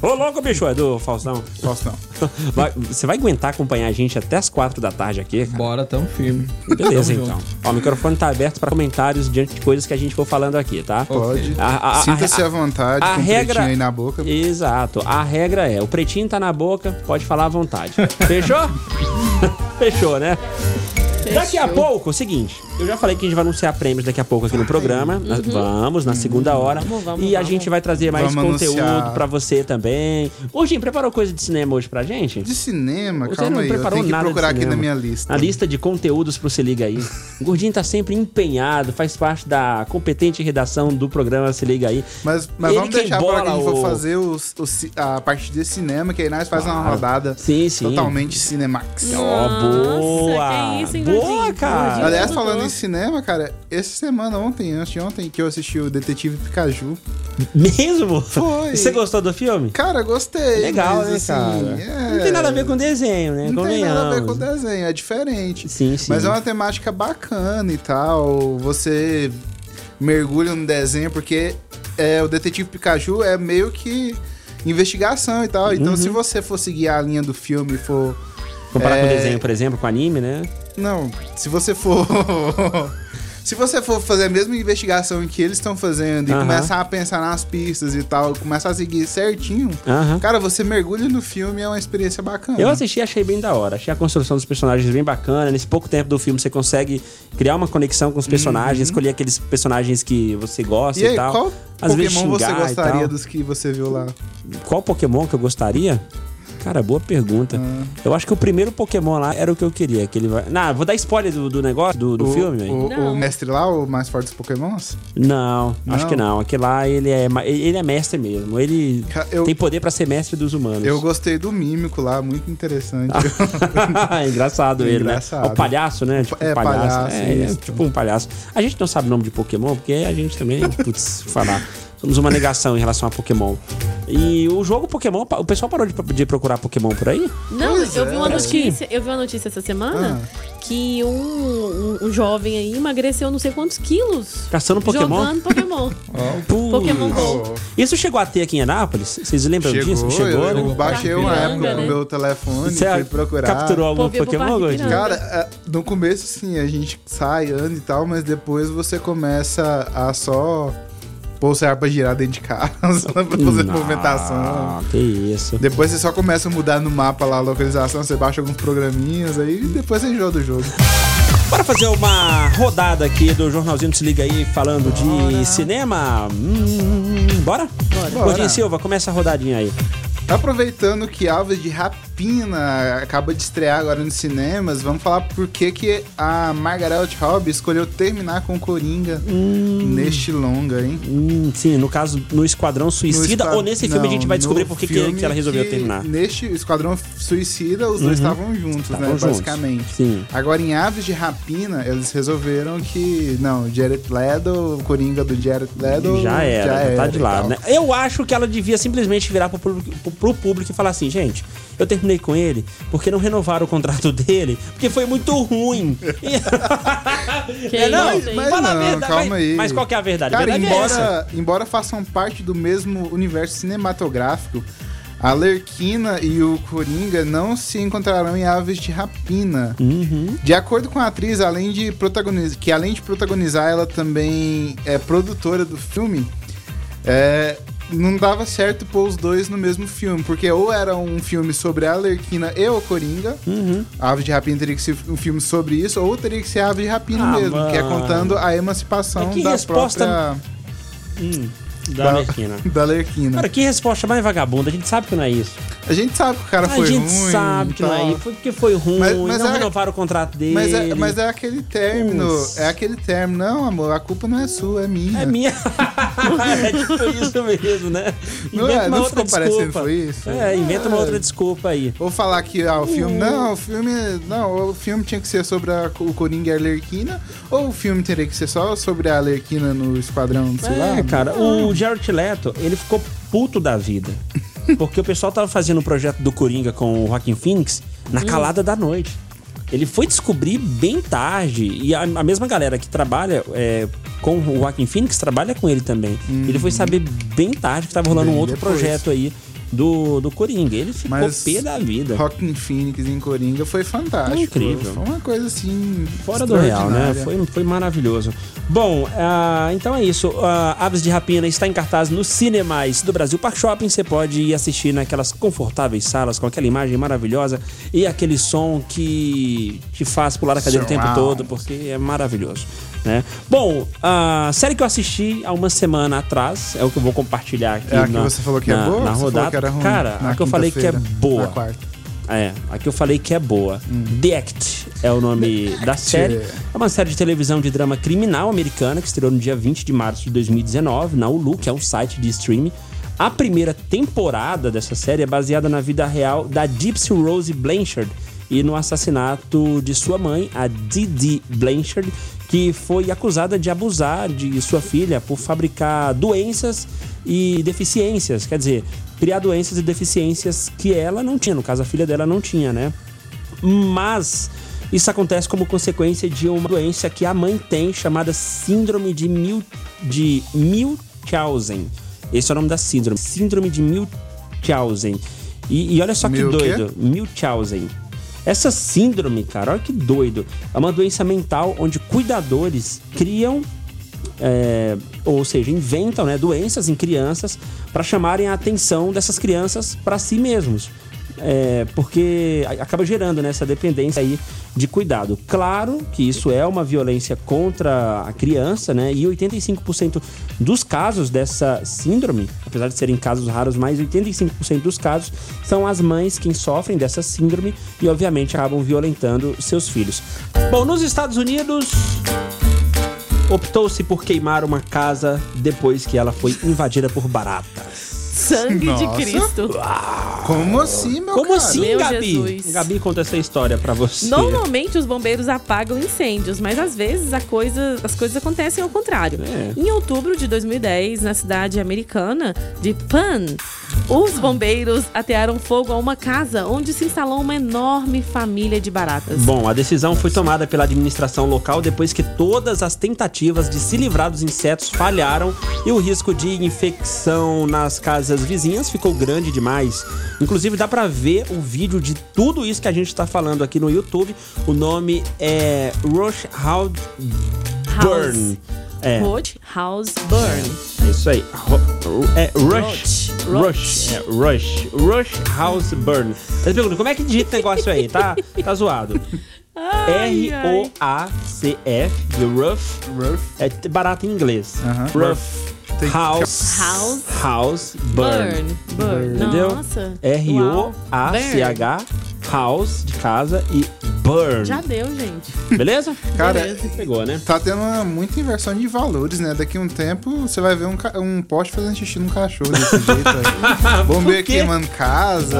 [SPEAKER 2] Ô, louco, bicho, é do Faustão.
[SPEAKER 4] Posso não.
[SPEAKER 2] Vai- você vai aguentar acompanhar a gente até as quatro da tarde aqui? cara?
[SPEAKER 5] Bora, tão firme.
[SPEAKER 2] Beleza,
[SPEAKER 5] Tamo
[SPEAKER 2] então. Ó, o microfone tá aberto pra comentários diante de coisas que a gente for falando aqui, tá?
[SPEAKER 4] Pode.
[SPEAKER 2] A- a- a-
[SPEAKER 4] Sinta-se
[SPEAKER 2] a-
[SPEAKER 4] à vontade,
[SPEAKER 2] a
[SPEAKER 4] com o
[SPEAKER 2] regra-
[SPEAKER 4] pretinho aí na boca.
[SPEAKER 2] Exato. A regra é, o pretinho tá na boca, pode falar à vontade. Fechou? Fechou, né? Daqui a pouco, seguinte, eu já falei que a gente vai anunciar prêmios daqui a pouco aqui no programa. Nós Vamos, na segunda hora.
[SPEAKER 3] Uhum. Vamos, vamos,
[SPEAKER 2] e a
[SPEAKER 3] vamos.
[SPEAKER 2] gente vai trazer mais
[SPEAKER 4] Vamos
[SPEAKER 2] conteúdo
[SPEAKER 4] anunciar.
[SPEAKER 2] pra você também. Ô, Jim, preparou coisa de cinema hoje pra gente?
[SPEAKER 4] De cinema,
[SPEAKER 2] Você
[SPEAKER 4] calma
[SPEAKER 2] não
[SPEAKER 4] aí, eu
[SPEAKER 2] preparou
[SPEAKER 4] tenho que
[SPEAKER 2] nada de
[SPEAKER 4] procurar aqui
[SPEAKER 2] cinema.
[SPEAKER 4] na minha lista.
[SPEAKER 2] A lista de conteúdos pro Se Liga Aí. O Gordinho tá sempre empenhado, faz parte da competente redação do programa Se Liga Aí.
[SPEAKER 4] Mas, mas
[SPEAKER 2] Ele
[SPEAKER 4] vamos
[SPEAKER 2] quem
[SPEAKER 4] deixar pra quem
[SPEAKER 2] bola
[SPEAKER 4] for
[SPEAKER 2] o-
[SPEAKER 4] fazer os, os ci- a parte de cinema, que aí nós faz uma
[SPEAKER 2] Claro.
[SPEAKER 4] rodada
[SPEAKER 2] Sim, sim.
[SPEAKER 4] totalmente Cinemax.
[SPEAKER 2] Ó,
[SPEAKER 3] Nossa,
[SPEAKER 2] boa!
[SPEAKER 3] que isso, hein,
[SPEAKER 2] boa,
[SPEAKER 3] Gordinho?
[SPEAKER 2] cara!
[SPEAKER 3] Gordinho.
[SPEAKER 4] Aliás,
[SPEAKER 3] Tudo
[SPEAKER 4] falando
[SPEAKER 3] bom.
[SPEAKER 4] em cinema, cara, essa semana, ontem, antes de ontem, que eu assisti o Detetive Pikachu.
[SPEAKER 2] Mesmo?
[SPEAKER 4] Foi.
[SPEAKER 2] Você gostou do filme?
[SPEAKER 4] Cara, gostei.
[SPEAKER 2] Legal,
[SPEAKER 4] mas,
[SPEAKER 2] né,
[SPEAKER 4] assim,
[SPEAKER 2] cara?
[SPEAKER 4] é,
[SPEAKER 2] Não tem nada a ver com desenho, né?
[SPEAKER 4] Não tem nada a ver com
[SPEAKER 2] Convenhamos.
[SPEAKER 4] desenho, é diferente.
[SPEAKER 2] Sim, sim.
[SPEAKER 4] Mas é uma temática bacana e tal. Você mergulha no desenho, porque é, o Detetive Pikachu é meio que investigação e tal. Então,
[SPEAKER 2] Uhum.
[SPEAKER 4] se você for seguir a linha do filme e for.
[SPEAKER 2] Comparar com
[SPEAKER 4] É.
[SPEAKER 2] desenho, por exemplo, com anime, né?
[SPEAKER 4] Não, se você for. se você for fazer a mesma investigação que eles estão fazendo e
[SPEAKER 2] Aham.
[SPEAKER 4] começar a pensar nas pistas e tal, começar a seguir certinho.
[SPEAKER 2] Aham.
[SPEAKER 4] Cara, você mergulha no filme é uma experiência bacana.
[SPEAKER 2] Eu assisti e achei bem da hora. Achei a construção dos personagens bem bacana. Nesse pouco tempo do filme, você consegue criar uma conexão com os personagens, escolher aqueles personagens que você gosta
[SPEAKER 4] Uhum. E
[SPEAKER 2] e,
[SPEAKER 4] aí,
[SPEAKER 2] tal.
[SPEAKER 4] qual
[SPEAKER 2] Às vezes
[SPEAKER 4] Pokémon você
[SPEAKER 2] xingar e
[SPEAKER 4] gostaria
[SPEAKER 2] tal.
[SPEAKER 4] dos que você viu lá?
[SPEAKER 2] Qual Pokémon que eu gostaria? Cara, boa pergunta.
[SPEAKER 4] Ah.
[SPEAKER 2] Eu acho que o primeiro Pokémon lá era o que eu queria. Que ele vai... Não, vou dar spoiler do, do negócio, do, do
[SPEAKER 4] o,
[SPEAKER 2] filme, velho.
[SPEAKER 4] o,
[SPEAKER 3] Não.
[SPEAKER 4] o mestre lá, o mais forte dos Pokémons?
[SPEAKER 2] Não, acho
[SPEAKER 4] Não?
[SPEAKER 2] que não. Aquele lá, ele é, ma- ele é mestre mesmo. Ele
[SPEAKER 4] Ca- eu-
[SPEAKER 2] tem poder pra ser mestre dos humanos.
[SPEAKER 4] Eu gostei do mímico lá, muito interessante.
[SPEAKER 2] Ah, Engraçado ele, né?
[SPEAKER 4] Engraçado.
[SPEAKER 2] É o palhaço, né? Tipo,
[SPEAKER 4] É,
[SPEAKER 2] um palhaço.
[SPEAKER 4] palhaço,
[SPEAKER 2] é, ele é
[SPEAKER 4] isso.
[SPEAKER 2] tipo um palhaço. A gente não sabe o nome de Pokémon, porque a gente também, putz, falar. Somos uma negação em relação a Pokémon. E o jogo Pokémon, o pessoal parou de, de procurar Pokémon por aí?
[SPEAKER 3] Não,
[SPEAKER 4] Pois
[SPEAKER 3] eu
[SPEAKER 4] é. Ah.
[SPEAKER 3] vi uma
[SPEAKER 2] Parece que-
[SPEAKER 3] notícia, eu vi uma notícia essa semana que um, um, um jovem aí emagreceu não sei quantos quilos.
[SPEAKER 2] Caçando Pokémon?
[SPEAKER 3] Jogando Pokémon. Pokémon Go.
[SPEAKER 2] Isso chegou a ter aqui em Anápolis? Vocês lembram disso?
[SPEAKER 4] Chegou, eu,
[SPEAKER 2] né?
[SPEAKER 4] eu baixei uma
[SPEAKER 3] Piranga,
[SPEAKER 4] época pro
[SPEAKER 3] né?
[SPEAKER 4] meu telefone,
[SPEAKER 2] Você
[SPEAKER 4] fui procurar.
[SPEAKER 2] capturou algum
[SPEAKER 3] Pô, viu pro
[SPEAKER 2] Pokémon,
[SPEAKER 3] Parque
[SPEAKER 2] Gordinho?
[SPEAKER 3] Piranga.
[SPEAKER 4] Cara, é, no começo sim, a gente sai, anda e tal, mas depois você começa a só pôr o celular pra girar dentro de casa, pra fazer
[SPEAKER 2] Não,
[SPEAKER 4] movimentação.
[SPEAKER 2] Que isso.
[SPEAKER 4] Depois você só começa a mudar no mapa lá a localização, você baixa alguns programinhas aí e depois você enjoa do jogo.
[SPEAKER 2] Bora fazer uma rodada aqui do Jornalzinho do Se Liga aí, falando de cinema. Hum, bora? Bora. Gordinho Silva, começa a rodadinha aí.
[SPEAKER 4] Aproveitando que Alves de Rap- Pina acaba de estrear agora nos cinemas, vamos falar por que, que a Margaret Robbie escolheu terminar com o Coringa neste longa, hein?
[SPEAKER 2] Hum, sim, no caso, no Esquadrão Suicida,
[SPEAKER 4] No esqua-
[SPEAKER 2] ou nesse filme a gente
[SPEAKER 4] Não,
[SPEAKER 2] vai descobrir
[SPEAKER 4] no
[SPEAKER 2] por que, que,
[SPEAKER 4] filme
[SPEAKER 2] que ela resolveu
[SPEAKER 4] que
[SPEAKER 2] terminar. Uhum.
[SPEAKER 4] Neste Esquadrão Suicida, os dois estavam juntos,
[SPEAKER 2] Estavam
[SPEAKER 4] né?
[SPEAKER 2] juntos.
[SPEAKER 4] Basicamente.
[SPEAKER 2] Sim.
[SPEAKER 4] Agora, em Aves de Rapina, eles resolveram que, não, Jared Leto, o Coringa do Jared Leto...
[SPEAKER 2] Já era, já, tá de
[SPEAKER 4] e
[SPEAKER 2] lado,
[SPEAKER 4] tal.
[SPEAKER 2] né? Eu acho que ela devia simplesmente virar pro público, pro- pro público e falar assim, gente, eu terminei com ele porque não renovaram o contrato dele, porque foi muito ruim.
[SPEAKER 3] Que
[SPEAKER 2] É, não,
[SPEAKER 3] isso, hein?
[SPEAKER 4] mas-
[SPEAKER 2] fala a
[SPEAKER 4] não,
[SPEAKER 2] verdade.
[SPEAKER 4] calma
[SPEAKER 2] mas,
[SPEAKER 4] aí.
[SPEAKER 2] mas qual que é a verdade? a
[SPEAKER 4] Cara,
[SPEAKER 2] verdade é essa.
[SPEAKER 4] embora, embora façam parte do mesmo universo cinematográfico, a Lerquina e o Coringa não se encontrarão em Aves de Rapina. De acordo com a atriz, além de protagonizar, que além de protagonizar, ela também é produtora do filme, é, não dava certo pôr os dois no mesmo filme, porque ou era um filme sobre a Lerquina e o Coringa,
[SPEAKER 2] Uhum.
[SPEAKER 4] a Aves de Rapina teria que ser um filme sobre isso, ou teria que ser a Ave de Rapina
[SPEAKER 2] Ah,
[SPEAKER 4] mesmo, que é
[SPEAKER 2] mano.
[SPEAKER 4] contando a emancipação
[SPEAKER 2] Mas que
[SPEAKER 4] da
[SPEAKER 2] resposta
[SPEAKER 4] própria...
[SPEAKER 2] Hum, da
[SPEAKER 4] Da-
[SPEAKER 2] Arlequina.
[SPEAKER 4] da Lerquina.
[SPEAKER 2] Cara, que resposta mais vagabunda. A gente sabe que não é isso.
[SPEAKER 4] A gente sabe que o cara
[SPEAKER 2] a
[SPEAKER 4] foi
[SPEAKER 2] gente
[SPEAKER 4] ruim.
[SPEAKER 2] sabe que não é
[SPEAKER 4] tal.
[SPEAKER 2] isso. Foi porque foi ruim,
[SPEAKER 4] Mas- mas
[SPEAKER 2] não
[SPEAKER 4] é-
[SPEAKER 2] renovaram o contrato dele.
[SPEAKER 4] Mas é, mas é aquele término,
[SPEAKER 2] Putz.
[SPEAKER 4] é aquele término. Não, amor, a culpa não é sua, é minha.
[SPEAKER 2] É minha. é tipo isso mesmo, né?
[SPEAKER 4] Não
[SPEAKER 2] Inventa uma
[SPEAKER 4] é? Não
[SPEAKER 2] outra
[SPEAKER 4] ficou parecendo
[SPEAKER 2] desculpa.
[SPEAKER 4] foi isso?
[SPEAKER 2] É, inventa uma
[SPEAKER 4] É.
[SPEAKER 2] outra desculpa aí.
[SPEAKER 4] Ou falar que ah, o filme. Não, o filme. Não, o filme tinha que ser sobre a- o Coringa e a Lerquina, ou o filme teria que ser só sobre a Lerquina no Esquadrão, sei lá.
[SPEAKER 2] É, cara, o Jared Leto, ele ficou puto da vida. Porque o pessoal tava fazendo o projeto do Coringa com o Joaquin Phoenix
[SPEAKER 4] Hum.
[SPEAKER 2] na calada da noite. Ele foi descobrir bem tarde. E a, a mesma galera que trabalha é, com o Joaquin Phoenix trabalha com ele também. Ele foi saber bem tarde que tava rolando um
[SPEAKER 4] Hum. Bem
[SPEAKER 2] outro
[SPEAKER 4] depois.
[SPEAKER 2] projeto aí do, do Coringa. Ele ficou
[SPEAKER 4] Mas-
[SPEAKER 2] pé da vida.
[SPEAKER 4] Rockin' Phoenix em Coringa foi fantástico.
[SPEAKER 2] É Incrível.
[SPEAKER 4] Foi uma coisa assim.
[SPEAKER 2] Fora do real, né?
[SPEAKER 4] extraordinária.
[SPEAKER 2] Foi, foi maravilhoso. Bom, ah, então é isso. Ah, Aves de Rapina está em cartaz nos cinemas do Brasil Park Shopping. Você pode ir assistir naquelas confortáveis salas com aquela imagem maravilhosa e aquele som que te faz pular a cadeira o tempo
[SPEAKER 4] Surround.
[SPEAKER 2] todo, porque é maravilhoso. Né? Bom, a série que eu assisti há uma semana atrás, é o que eu vou compartilhar aqui.
[SPEAKER 4] É a que
[SPEAKER 2] na,
[SPEAKER 4] você falou que
[SPEAKER 2] na-
[SPEAKER 4] é boa?
[SPEAKER 2] Na
[SPEAKER 4] ou você falou
[SPEAKER 2] rodada.
[SPEAKER 4] que era ruim?
[SPEAKER 2] Cara,
[SPEAKER 4] Na
[SPEAKER 2] a que eu falei que é
[SPEAKER 4] quinta-feira,
[SPEAKER 2] boa.
[SPEAKER 4] Na quarta.
[SPEAKER 2] É, aqui eu falei que é boa. The Act é o nome da série. É uma série de televisão de drama criminal americana que estreou no dia 20 de março de 2019 na Hulu, que é um site de streaming. A primeira temporada dessa série é baseada na vida real da Gypsy Rose Blanchard e no assassinato de sua mãe, a Didi Blanchard, que foi acusada de abusar de sua filha por fabricar doenças e deficiências, quer dizer, criar doenças e deficiências que ela não tinha, no caso a filha dela não tinha, né? Mas isso acontece como consequência de uma doença que a mãe tem chamada síndrome de Mil de Milchausen. Esse é o nome da síndrome, síndrome de Milchausen. E, e olha só que
[SPEAKER 4] Mil o quê?
[SPEAKER 2] doido, Milchausen. Essa síndrome, cara, olha que doido. É uma doença mental onde cuidadores criam é, ou seja, inventam né, doenças em crianças para chamarem a atenção dessas crianças para si mesmos. É, porque a- acaba gerando né, essa dependência aí de cuidado. Claro que isso é uma violência contra a criança, né? E 85% dos casos dessa síndrome, apesar de serem casos raros, mas 85% dos casos são as mães quem sofrem dessa síndrome e, obviamente, acabam violentando seus filhos. Bom, nos Estados Unidos, optou-se por queimar uma casa depois que ela foi invadida por baratas.
[SPEAKER 3] Sangue de
[SPEAKER 4] Nossa.
[SPEAKER 3] Cristo.
[SPEAKER 4] Como assim, meu
[SPEAKER 2] Como
[SPEAKER 4] cara?
[SPEAKER 2] assim,
[SPEAKER 3] Oh, Meu
[SPEAKER 2] Gabi?
[SPEAKER 3] Jesus.
[SPEAKER 2] Gabi conta essa história pra você.
[SPEAKER 3] Normalmente os bombeiros apagam incêndios, mas às vezes a coisa- as coisas acontecem ao contrário.
[SPEAKER 2] É.
[SPEAKER 3] Em outubro de 2010, na cidade americana de Pan, os bombeiros atearam fogo a uma casa onde se instalou uma enorme família de baratas.
[SPEAKER 2] Bom, a decisão foi tomada pela administração local depois que todas as tentativas de se livrar dos insetos falharam e o risco de infecção nas casas vizinhas ficou grande demais. Inclusive dá pra ver o vídeo de tudo isso que a gente tá falando aqui no YouTube. O nome é Rush House
[SPEAKER 3] House.
[SPEAKER 2] Burn. É.
[SPEAKER 3] Roach House Burn.
[SPEAKER 2] É Isso aí. Ro- É Rush.
[SPEAKER 3] Rush.
[SPEAKER 2] Rush. É Rush. Rush House Burn. Vocês perguntam, como é que digita o negócio aí? Tá, tá zoado.
[SPEAKER 3] Ai, ai.
[SPEAKER 2] R-O-A-C-F, de Rough.
[SPEAKER 4] Ruff.
[SPEAKER 2] É t- barato em inglês.
[SPEAKER 4] Aham.
[SPEAKER 2] Rough.
[SPEAKER 4] Tem-
[SPEAKER 2] House.
[SPEAKER 3] House.
[SPEAKER 2] House Burn.
[SPEAKER 3] Burn. Burn.
[SPEAKER 2] Entendeu?
[SPEAKER 3] Nossa. Uau.
[SPEAKER 2] R-O-A-C-H. House de casa e Burn.
[SPEAKER 3] Já deu, gente.
[SPEAKER 2] Beleza?
[SPEAKER 4] Cara,
[SPEAKER 3] Beleza.
[SPEAKER 2] Pegou, né?
[SPEAKER 4] Tá tendo uma, muita inversão de valores, né? Daqui a um tempo você vai ver um, ca- um poste fazendo xixi num cachorro desse jeito. aí. Bombeiro
[SPEAKER 2] Por quê?
[SPEAKER 4] queimando casa.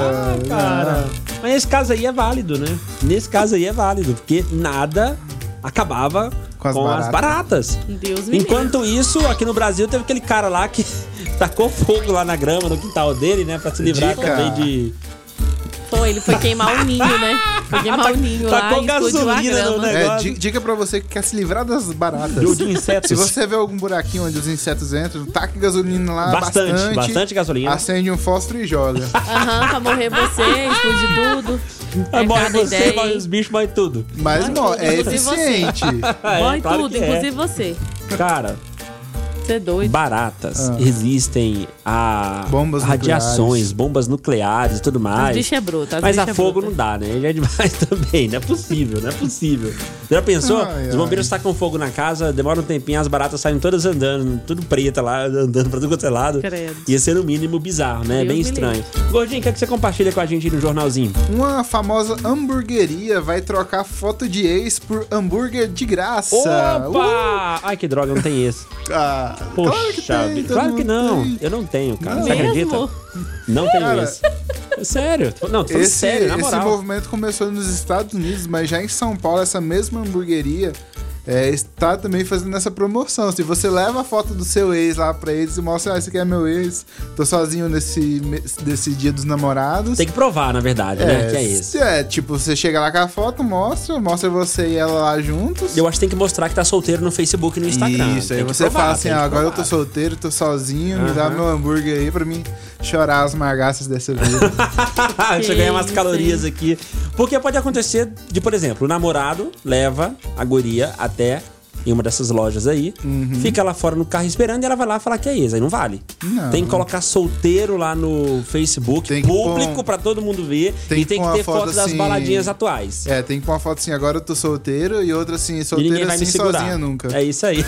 [SPEAKER 2] Cara,
[SPEAKER 4] Ah,
[SPEAKER 2] mas nesse caso aí é válido, né? Nesse caso aí é válido, porque nada acabava com
[SPEAKER 4] Com
[SPEAKER 2] as,
[SPEAKER 4] as baratas.
[SPEAKER 2] baratas.
[SPEAKER 3] Deus me livre.
[SPEAKER 2] Enquanto isso, aqui no Brasil teve aquele cara lá que tacou fogo lá na grama, no quintal dele, né? Pra se livrar
[SPEAKER 4] Dica.
[SPEAKER 2] também de.
[SPEAKER 3] Foi, ele foi queimar o ninho, né? Foi queimar o ninho lá
[SPEAKER 2] Tacou
[SPEAKER 3] e explodiu a
[SPEAKER 2] gasolina no
[SPEAKER 3] grama.
[SPEAKER 2] negócio.
[SPEAKER 4] É, di- dica pra você que quer se livrar das baratas.
[SPEAKER 2] de, de insetos.
[SPEAKER 4] Se você vê algum buraquinho onde os insetos entram, taque gasolina lá
[SPEAKER 2] Bastante,
[SPEAKER 4] bastante.
[SPEAKER 2] bastante gasolina.
[SPEAKER 4] Acende um fósforo e joga.
[SPEAKER 3] Aham, pra morrer você, explodir tudo.
[SPEAKER 2] Ah,
[SPEAKER 3] É
[SPEAKER 2] morre
[SPEAKER 3] cada
[SPEAKER 2] você,
[SPEAKER 3] ideia,
[SPEAKER 2] morre
[SPEAKER 3] hein?
[SPEAKER 2] os bichos, morre tudo.
[SPEAKER 4] Mas, mó, é
[SPEAKER 3] Inclusive você.
[SPEAKER 4] eficiente.
[SPEAKER 2] Ah, é,
[SPEAKER 3] Morre
[SPEAKER 2] claro
[SPEAKER 3] tudo,
[SPEAKER 2] que é.
[SPEAKER 3] inclusive você.
[SPEAKER 2] Cara,
[SPEAKER 3] Você é doido.
[SPEAKER 2] baratas resistem a
[SPEAKER 4] Ah. Bombas
[SPEAKER 2] radiações, bombas nucleares e tudo
[SPEAKER 3] As
[SPEAKER 2] mais.
[SPEAKER 3] bichas é bruta. as
[SPEAKER 2] Mas a
[SPEAKER 3] bichas é
[SPEAKER 2] fogo
[SPEAKER 3] bruta.
[SPEAKER 2] não dá, né? Ele é demais também. Não é possível, não é possível. Já pensou?
[SPEAKER 4] Ai,
[SPEAKER 2] Os bombeiros tacam fogo na casa, demora um tempinho, as baratas saem todas andando, tudo preta lá, andando pra todo quanto é lado.
[SPEAKER 3] Credo.
[SPEAKER 2] Ia ser no mínimo bizarro, né?
[SPEAKER 3] Deus
[SPEAKER 2] Bem
[SPEAKER 3] me
[SPEAKER 2] estranho. Gordinho, o que, é que você compartilha com a gente aí no jornalzinho?
[SPEAKER 4] Uma famosa hamburgueria vai trocar foto de ex por hambúrguer de graça.
[SPEAKER 2] Opa! Ai, que droga, não tem esse.
[SPEAKER 4] Uh, é ah,
[SPEAKER 2] Poxa,
[SPEAKER 4] claro que, tem, todo
[SPEAKER 2] claro que
[SPEAKER 4] mundo
[SPEAKER 2] não.
[SPEAKER 4] tem.
[SPEAKER 2] Eu não tenho, cara.
[SPEAKER 4] Não.
[SPEAKER 2] Você acredita?
[SPEAKER 3] Mesmo?
[SPEAKER 2] Não tenho
[SPEAKER 4] Cara.
[SPEAKER 2] esse. É Sério? Tô- Não, tô falando
[SPEAKER 4] Esse,
[SPEAKER 2] sério, na
[SPEAKER 4] esse
[SPEAKER 2] moral.
[SPEAKER 4] movimento começou nos Estados Unidos, mas já em São Paulo, essa mesma hamburgueria é, está também fazendo essa promoção. Se você leva a foto do seu ex lá pra eles e mostra, ah, esse aqui é meu ex, tô sozinho nesse, me- nesse dia dos namorados.
[SPEAKER 2] Tem que provar, na verdade, né? Que é esse.
[SPEAKER 4] é, tipo, você chega lá com a foto, mostra, mostra você e ela lá juntos.
[SPEAKER 2] Eu acho que tem que mostrar que tá solteiro no Facebook e no Instagram.
[SPEAKER 4] Isso,
[SPEAKER 2] Tem
[SPEAKER 4] aí
[SPEAKER 2] que
[SPEAKER 4] você
[SPEAKER 2] provar,
[SPEAKER 4] fala assim,
[SPEAKER 2] tem
[SPEAKER 4] ah,
[SPEAKER 2] que
[SPEAKER 4] agora eu
[SPEAKER 2] provar.
[SPEAKER 4] tô solteiro, tô sozinho, me dá
[SPEAKER 2] Aham.
[SPEAKER 4] meu hambúrguer aí pra mim chorar as margaças dessa vida. ah,
[SPEAKER 2] Deixa eu ganhar umas
[SPEAKER 3] Sim,
[SPEAKER 2] calorias aqui. Porque pode acontecer de, por exemplo, o namorado leva a guria até em uma dessas lojas aí,
[SPEAKER 4] Uhum.
[SPEAKER 2] fica lá fora no carro esperando e ela vai lá falar que é isso. Aí não vale.
[SPEAKER 4] Não.
[SPEAKER 2] Tem que colocar solteiro lá no Facebook,
[SPEAKER 4] Tem que
[SPEAKER 2] público
[SPEAKER 4] pôr um-
[SPEAKER 2] pra todo mundo ver.
[SPEAKER 4] Tem
[SPEAKER 2] e
[SPEAKER 4] que
[SPEAKER 2] tem que
[SPEAKER 4] pôr uma
[SPEAKER 2] ter
[SPEAKER 4] foto
[SPEAKER 2] foto das
[SPEAKER 4] assim-
[SPEAKER 2] baladinhas atuais.
[SPEAKER 4] É, tem que pôr uma foto assim, agora eu tô solteiro, e outra assim,
[SPEAKER 2] E ninguém
[SPEAKER 4] solteiro
[SPEAKER 2] vai
[SPEAKER 4] assim,
[SPEAKER 2] me segurar.
[SPEAKER 4] sozinha nunca.
[SPEAKER 2] É isso aí.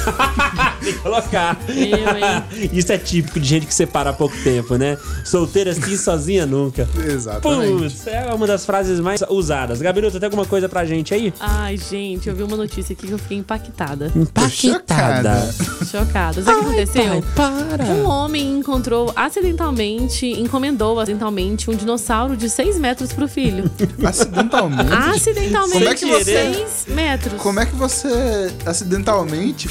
[SPEAKER 2] Tem que colocar.
[SPEAKER 3] Eu,
[SPEAKER 2] isso é típico de gente que separa há pouco tempo, né? Solteira assim, sozinha nunca.
[SPEAKER 4] Exatamente.
[SPEAKER 2] Putz, é uma das frases mais usadas. Gabiruta, tem alguma coisa pra gente aí?
[SPEAKER 3] Ai, gente, eu vi uma notícia aqui que eu fiquei impactada.
[SPEAKER 2] Hum. Impactada.
[SPEAKER 4] chocada.
[SPEAKER 3] Chocada. Sabe o que aconteceu?
[SPEAKER 2] para.
[SPEAKER 3] Um homem encontrou acidentalmente, encomendou acidentalmente um dinossauro de 6 metros pro filho.
[SPEAKER 4] Acidentalmente.
[SPEAKER 3] acidentalmente
[SPEAKER 4] Como é que você-
[SPEAKER 3] 6 metros.
[SPEAKER 4] Como é que você, acidentalmente,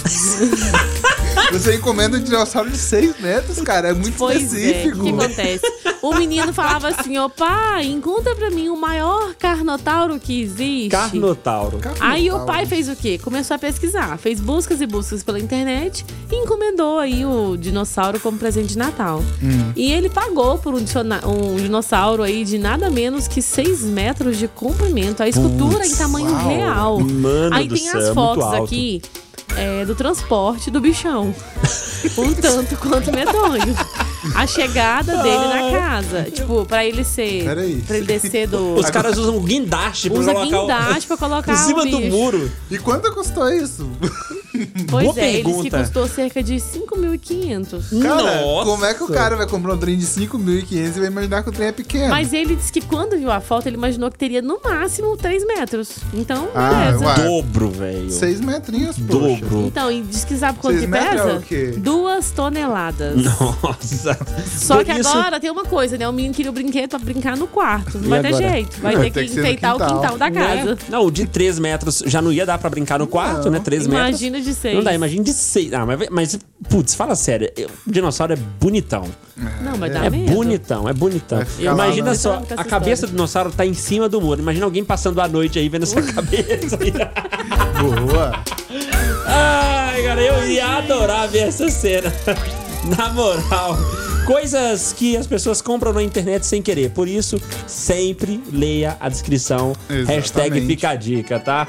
[SPEAKER 4] você encomenda um dinossauro de 6 metros, cara? É muito
[SPEAKER 3] Pois é, o
[SPEAKER 4] específico.
[SPEAKER 3] que acontece? O menino falava assim, ô pai, encontra pra mim o maior carnotauro que existe.
[SPEAKER 2] Carnotauro.
[SPEAKER 3] Aí o pai fez o quê? Começou a pesquisar. Fez buscas e buscas pela internet e encomendou aí o dinossauro como presente de Natal.
[SPEAKER 4] Hum.
[SPEAKER 3] E ele pagou por um, dissiona- um dinossauro aí de nada menos que 6 metros de comprimento. A escultura em tamanho
[SPEAKER 4] uau.
[SPEAKER 3] real.
[SPEAKER 2] Mano
[SPEAKER 3] aí
[SPEAKER 2] do
[SPEAKER 3] tem
[SPEAKER 2] céu, é
[SPEAKER 3] as
[SPEAKER 2] muito
[SPEAKER 3] fotos
[SPEAKER 2] alto.
[SPEAKER 3] aqui é, do transporte do bichão. um tanto quanto medonho. A chegada dele na casa. Tipo, pra ele ser.
[SPEAKER 4] Peraí.
[SPEAKER 3] Pra ele descer do.
[SPEAKER 2] Os caras usam um guindaste pra
[SPEAKER 3] Usa
[SPEAKER 2] colocar
[SPEAKER 3] guindaste
[SPEAKER 2] o...
[SPEAKER 3] pra colocar
[SPEAKER 2] em cima
[SPEAKER 3] o bicho.
[SPEAKER 2] do muro.
[SPEAKER 4] E quanto custou isso?
[SPEAKER 3] Pois
[SPEAKER 2] Boa
[SPEAKER 3] é, ele
[SPEAKER 2] pergunta. Hum.
[SPEAKER 3] que custou cerca de 5.500.
[SPEAKER 4] Cara,
[SPEAKER 2] Nossa.
[SPEAKER 4] como é que o cara vai comprar um trem de 5.500 e vai imaginar que o trem é pequeno?
[SPEAKER 3] Mas ele disse que quando viu a foto, ele imaginou que teria no máximo 3 metros. Então,
[SPEAKER 4] Ah,
[SPEAKER 3] beleza.
[SPEAKER 4] uai.
[SPEAKER 2] Dobro, velho.
[SPEAKER 4] 6 metrinhos, poxa.
[SPEAKER 2] Dobro.
[SPEAKER 3] Então, e diz que sabe quanto
[SPEAKER 4] Seis
[SPEAKER 3] que
[SPEAKER 4] metros é
[SPEAKER 3] pesa?
[SPEAKER 4] o quê?
[SPEAKER 3] Duas toneladas.
[SPEAKER 2] Nossa.
[SPEAKER 3] Só
[SPEAKER 2] Por
[SPEAKER 3] que
[SPEAKER 2] isso-
[SPEAKER 3] agora tem uma coisa, né? O menino queria o brinquedo pra brincar no quarto. Não
[SPEAKER 2] E
[SPEAKER 3] vai ter
[SPEAKER 2] agora?
[SPEAKER 3] jeito. Vai
[SPEAKER 4] Vai
[SPEAKER 3] ter
[SPEAKER 4] ter
[SPEAKER 3] que
[SPEAKER 4] que ser no
[SPEAKER 3] enfeitar o
[SPEAKER 4] quintal.
[SPEAKER 3] quintal da casa.
[SPEAKER 2] Né? Não, o de 3 metros já não ia dar pra brincar no quarto, né? 3 metros.
[SPEAKER 3] Imagina de seis.
[SPEAKER 2] Não dá, imagina de 6. Ah, mas, mas, putz, fala sério. eu- O dinossauro é bonitão.
[SPEAKER 3] Não, vai dar
[SPEAKER 2] É
[SPEAKER 3] medo.
[SPEAKER 2] bonitão, é bonitão.
[SPEAKER 4] Vai ficar lá,
[SPEAKER 2] Imagina
[SPEAKER 4] né?
[SPEAKER 2] só,
[SPEAKER 3] Tô falando com
[SPEAKER 2] a
[SPEAKER 3] essa
[SPEAKER 2] cabeça
[SPEAKER 3] história.
[SPEAKER 2] do dinossauro tá em cima do muro. Imagina alguém passando a noite aí vendo essa cabeça.
[SPEAKER 4] Boa.
[SPEAKER 2] Ai, cara, eu ia adorar ver essa cena. Na moral. Coisas que as pessoas compram na internet sem querer. Por isso, sempre leia a descrição.
[SPEAKER 4] Exatamente.
[SPEAKER 2] Hashtag fica a dica, tá?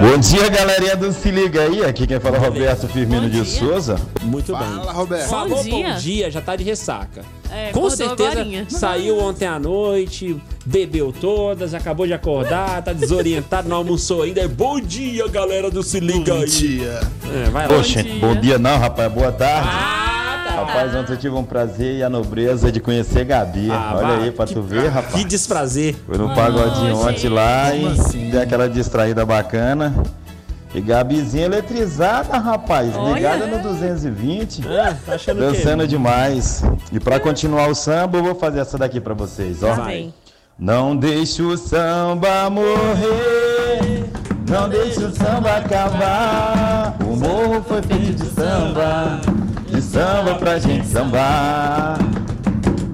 [SPEAKER 10] Bom dia, galerinha do Se Liga aí. Aqui quem fala é Roberto
[SPEAKER 3] Bom
[SPEAKER 10] Firmino de
[SPEAKER 3] dia.
[SPEAKER 10] Souza.
[SPEAKER 2] Muito bem.
[SPEAKER 4] Fala, Roberto.
[SPEAKER 2] Falou bom
[SPEAKER 3] dia.
[SPEAKER 2] dia. já tá de ressaca.
[SPEAKER 3] É,
[SPEAKER 2] Com
[SPEAKER 3] acordou
[SPEAKER 2] certeza
[SPEAKER 3] agorinha.
[SPEAKER 2] saiu ontem à noite, bebeu todas, acabou de acordar, tá desorientado, não almoçou ainda. Bom dia, galera do Se Liga aí.
[SPEAKER 4] Tia.
[SPEAKER 2] É, vai lá.
[SPEAKER 10] Poxa,
[SPEAKER 3] dia.
[SPEAKER 10] bom dia não, rapaz. Boa tarde.
[SPEAKER 2] Ah, tá.
[SPEAKER 10] Rapaz, ontem eu tive um prazer e a nobreza de conhecer a Gabi.
[SPEAKER 2] Ah,
[SPEAKER 10] Olha
[SPEAKER 2] vá,
[SPEAKER 10] aí pra
[SPEAKER 2] que
[SPEAKER 10] tu ver,
[SPEAKER 2] Que
[SPEAKER 10] rapaz.
[SPEAKER 2] desprazer.
[SPEAKER 10] Foi no pagodinho
[SPEAKER 3] gente.
[SPEAKER 10] ontem lá e
[SPEAKER 4] Como assim?
[SPEAKER 10] deu aquela distraída bacana. E Gabizinha eletrizada, rapaz.
[SPEAKER 3] Olha.
[SPEAKER 10] Ligada no 220.
[SPEAKER 2] Ah, tá achando
[SPEAKER 10] Dançando demais. E pra continuar o samba, eu vou fazer essa daqui pra vocês, ó.
[SPEAKER 3] Tá bem.
[SPEAKER 10] Não deixe o samba morrer, não deixe o samba acabar. O morro foi feito de samba, de samba pra gente sambar.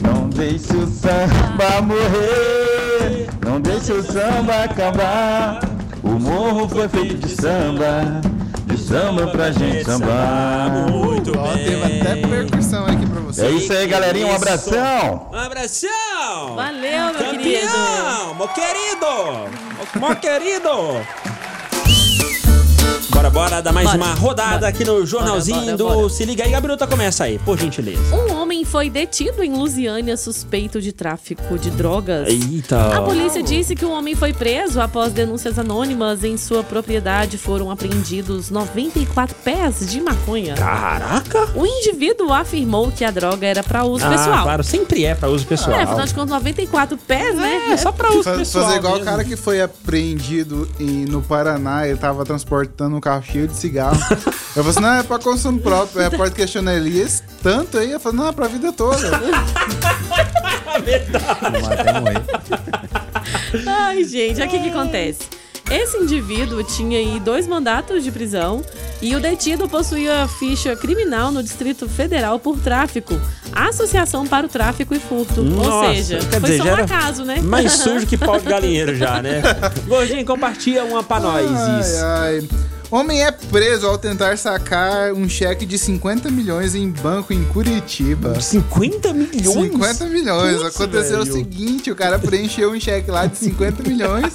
[SPEAKER 10] Não deixe o samba morrer, não deixe o samba acabar. O morro foi feito de samba, de samba pra gente sambar.
[SPEAKER 2] Muito
[SPEAKER 4] Ó, teve até
[SPEAKER 2] É.
[SPEAKER 4] percussão aqui pra você.
[SPEAKER 10] É isso aí, galerinha, um abração.
[SPEAKER 2] Um abração!
[SPEAKER 3] Valeu, meu querido.
[SPEAKER 2] Campeão! Meu querido! Meu querido! Bora, bora, dar mais
[SPEAKER 3] Bora.
[SPEAKER 2] uma rodada
[SPEAKER 3] Bora.
[SPEAKER 2] aqui no jornalzinho
[SPEAKER 3] Bora, bora,
[SPEAKER 2] do
[SPEAKER 3] bora.
[SPEAKER 2] Se Liga aí, Gabiruta, começa aí, por gentileza.
[SPEAKER 3] Um homem foi detido em Lusiânia suspeito de tráfico de drogas. A
[SPEAKER 2] Eita!
[SPEAKER 3] polícia disse que o homem foi preso após denúncias anônimas em sua propriedade. Foram apreendidos 94 pés de maconha.
[SPEAKER 2] Ah. Caraca!
[SPEAKER 3] O indivíduo afirmou que a droga era para uso
[SPEAKER 2] Ah,
[SPEAKER 3] pessoal.
[SPEAKER 2] claro, sempre é pra uso pessoal.
[SPEAKER 3] É, afinal de contas, 94 pés, né?
[SPEAKER 2] É, só pra uso
[SPEAKER 4] Fa-
[SPEAKER 2] pessoal.
[SPEAKER 4] fazer igual o
[SPEAKER 2] mesmo.
[SPEAKER 4] cara que foi apreendido em- no Paraná, ele tava transportando um carro cheio de cigarro. Eu falei assim, não, é pra consumo próprio. Aí a porta questionou ele, "E esse tanto aí? Eu falei, não, é pra vida toda.
[SPEAKER 3] Ai, gente, aqui que acontece. Esse indivíduo tinha aí dois mandatos de prisão e o detido possuía ficha criminal no Distrito Federal por tráfico, associação para o tráfico e furto.
[SPEAKER 2] Nossa,
[SPEAKER 3] Ou seja,
[SPEAKER 2] quer
[SPEAKER 3] foi
[SPEAKER 2] dizer,
[SPEAKER 3] só
[SPEAKER 2] já
[SPEAKER 3] um
[SPEAKER 2] era
[SPEAKER 3] acaso, né?
[SPEAKER 2] Mais sujo que pau de galinheiro já, né? Gordinho, compartilha uma pra nós. isso.
[SPEAKER 4] ai, ai. Homem é preso ao tentar sacar um cheque de 50 milhões em banco em Curitiba.
[SPEAKER 2] 50 milhões?
[SPEAKER 4] 50 milhões.
[SPEAKER 2] Putz,
[SPEAKER 4] Aconteceu
[SPEAKER 2] velho.
[SPEAKER 4] o seguinte, o cara preencheu um cheque lá de 50 milhões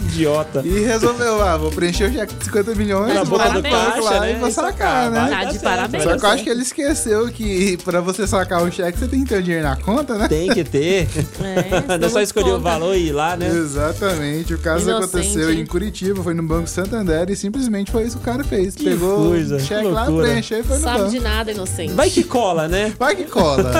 [SPEAKER 2] Idiota.
[SPEAKER 4] e resolveu, ah, vou preencher o cheque de 50 milhões,
[SPEAKER 2] Na
[SPEAKER 4] vou
[SPEAKER 2] boca
[SPEAKER 4] lá
[SPEAKER 2] do
[SPEAKER 4] no
[SPEAKER 3] parabéns,
[SPEAKER 4] banco
[SPEAKER 2] caixa,
[SPEAKER 4] lá
[SPEAKER 2] né?
[SPEAKER 4] e vou
[SPEAKER 2] Isso
[SPEAKER 4] sacar, né?
[SPEAKER 2] vai
[SPEAKER 3] Tá
[SPEAKER 2] dar
[SPEAKER 3] de
[SPEAKER 2] certo, vai
[SPEAKER 3] parabéns.
[SPEAKER 4] Só
[SPEAKER 2] dar
[SPEAKER 4] que eu acho que ele esqueceu que pra você sacar um cheque, você tem que ter o dinheiro na conta, né?
[SPEAKER 2] Tem que ter.
[SPEAKER 3] É,
[SPEAKER 2] Não é só
[SPEAKER 3] não
[SPEAKER 2] escolher o
[SPEAKER 3] conta.
[SPEAKER 2] valor e ir lá, né?
[SPEAKER 4] Exatamente. O caso
[SPEAKER 3] Inocente,
[SPEAKER 4] aconteceu
[SPEAKER 3] hein?
[SPEAKER 4] em Curitiba, foi no Banco Santander e simplesmente foi isso que o cara fez. Pegou
[SPEAKER 2] coisa,
[SPEAKER 4] o cheque
[SPEAKER 2] que
[SPEAKER 4] lá,
[SPEAKER 2] loucura.
[SPEAKER 4] preencheu e foi no
[SPEAKER 3] Sabe
[SPEAKER 4] banco.
[SPEAKER 3] de nada, inocente.
[SPEAKER 2] Vai que cola, né?
[SPEAKER 4] Vai que cola.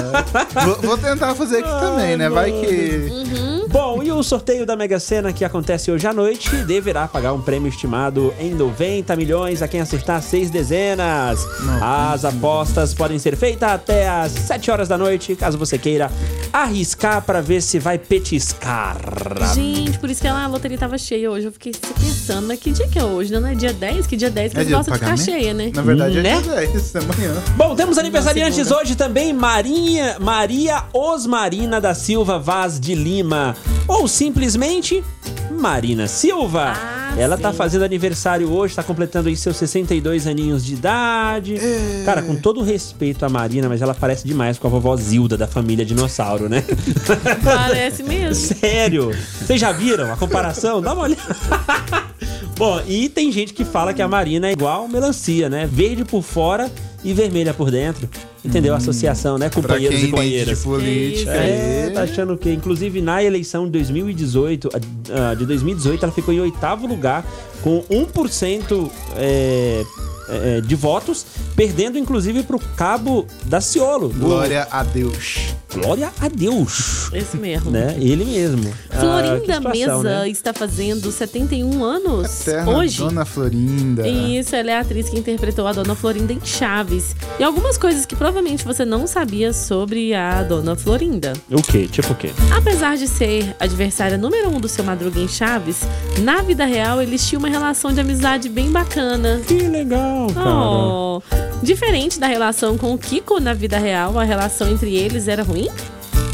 [SPEAKER 4] vou, vou tentar fazer aqui
[SPEAKER 2] Ah,
[SPEAKER 4] também, né? Vai que.
[SPEAKER 3] Hum?
[SPEAKER 2] Bom, e o sorteio da Mega Sena que acontece hoje à noite deverá pagar um prêmio estimado em 90 milhões a quem acertar seis dezenas. As apostas podem ser feitas até às 7 horas da noite, caso você queira arriscar pra ver se vai petiscar.
[SPEAKER 3] Gente, por isso que a loteria tava cheia hoje. Eu fiquei pensando, mas que dia que é hoje? né? Não é dia 10? Que dia 10 que
[SPEAKER 4] É dia do
[SPEAKER 3] gosta de ficar
[SPEAKER 4] pagamento?
[SPEAKER 3] cheia, né?
[SPEAKER 4] Na verdade, é
[SPEAKER 2] Né?
[SPEAKER 4] dia 10 amanhã.
[SPEAKER 2] Bom, temos aniversariantes hoje também. Marinha, Maria Osmarina da Silva Vaz de Lima. Ou simplesmente Marina Silva.
[SPEAKER 3] Ah,
[SPEAKER 2] Ela tá
[SPEAKER 3] sim.
[SPEAKER 2] fazendo aniversário hoje, tá completando aí seus 62 aninhos de idade.
[SPEAKER 3] É.
[SPEAKER 2] Cara, com todo o respeito à Marina, mas ela parece demais com a vovó Zilda da família Dinossauro, né?
[SPEAKER 3] Parece mesmo.
[SPEAKER 2] Sério? Vocês já viram a comparação? Dá uma olhada. Bom, e tem gente que fala que a Marina é igual melancia, né? Verde por fora e vermelha por dentro. Entendeu a associação, né?
[SPEAKER 4] Hum. Pra quem
[SPEAKER 2] Companheiros e
[SPEAKER 4] entende de
[SPEAKER 2] companheiras.
[SPEAKER 4] política.
[SPEAKER 2] assim. É,
[SPEAKER 4] aí,
[SPEAKER 2] tá achando que, inclusive na eleição de 2018, ah, de 2018, ela ficou em oitavo lugar com 1% é, é, de votos, perdendo inclusive pro cabo da Ciolo. do-
[SPEAKER 4] Glória a Deus.
[SPEAKER 2] Glória a Deus,
[SPEAKER 3] Esse mesmo.
[SPEAKER 2] né? Ele mesmo. Ah, que
[SPEAKER 3] Florinda
[SPEAKER 2] situação,
[SPEAKER 3] Mesa
[SPEAKER 2] né?
[SPEAKER 3] está fazendo 71 anos
[SPEAKER 4] Terra
[SPEAKER 3] hoje.
[SPEAKER 4] Dona Florinda.
[SPEAKER 3] E isso, ela é a atriz que interpretou a Dona Florinda em Chaves. E algumas coisas que provavelmente você não sabia sobre a Dona Florinda.
[SPEAKER 2] O quê? Tipo o quê?
[SPEAKER 3] Apesar de ser adversária número um do seu Madruga em Chaves, na vida real eles tinham uma relação de amizade bem bacana.
[SPEAKER 2] Que legal, cara.
[SPEAKER 3] Oh. Diferente da relação com o Kiko na vida real, a relação entre eles era ruim?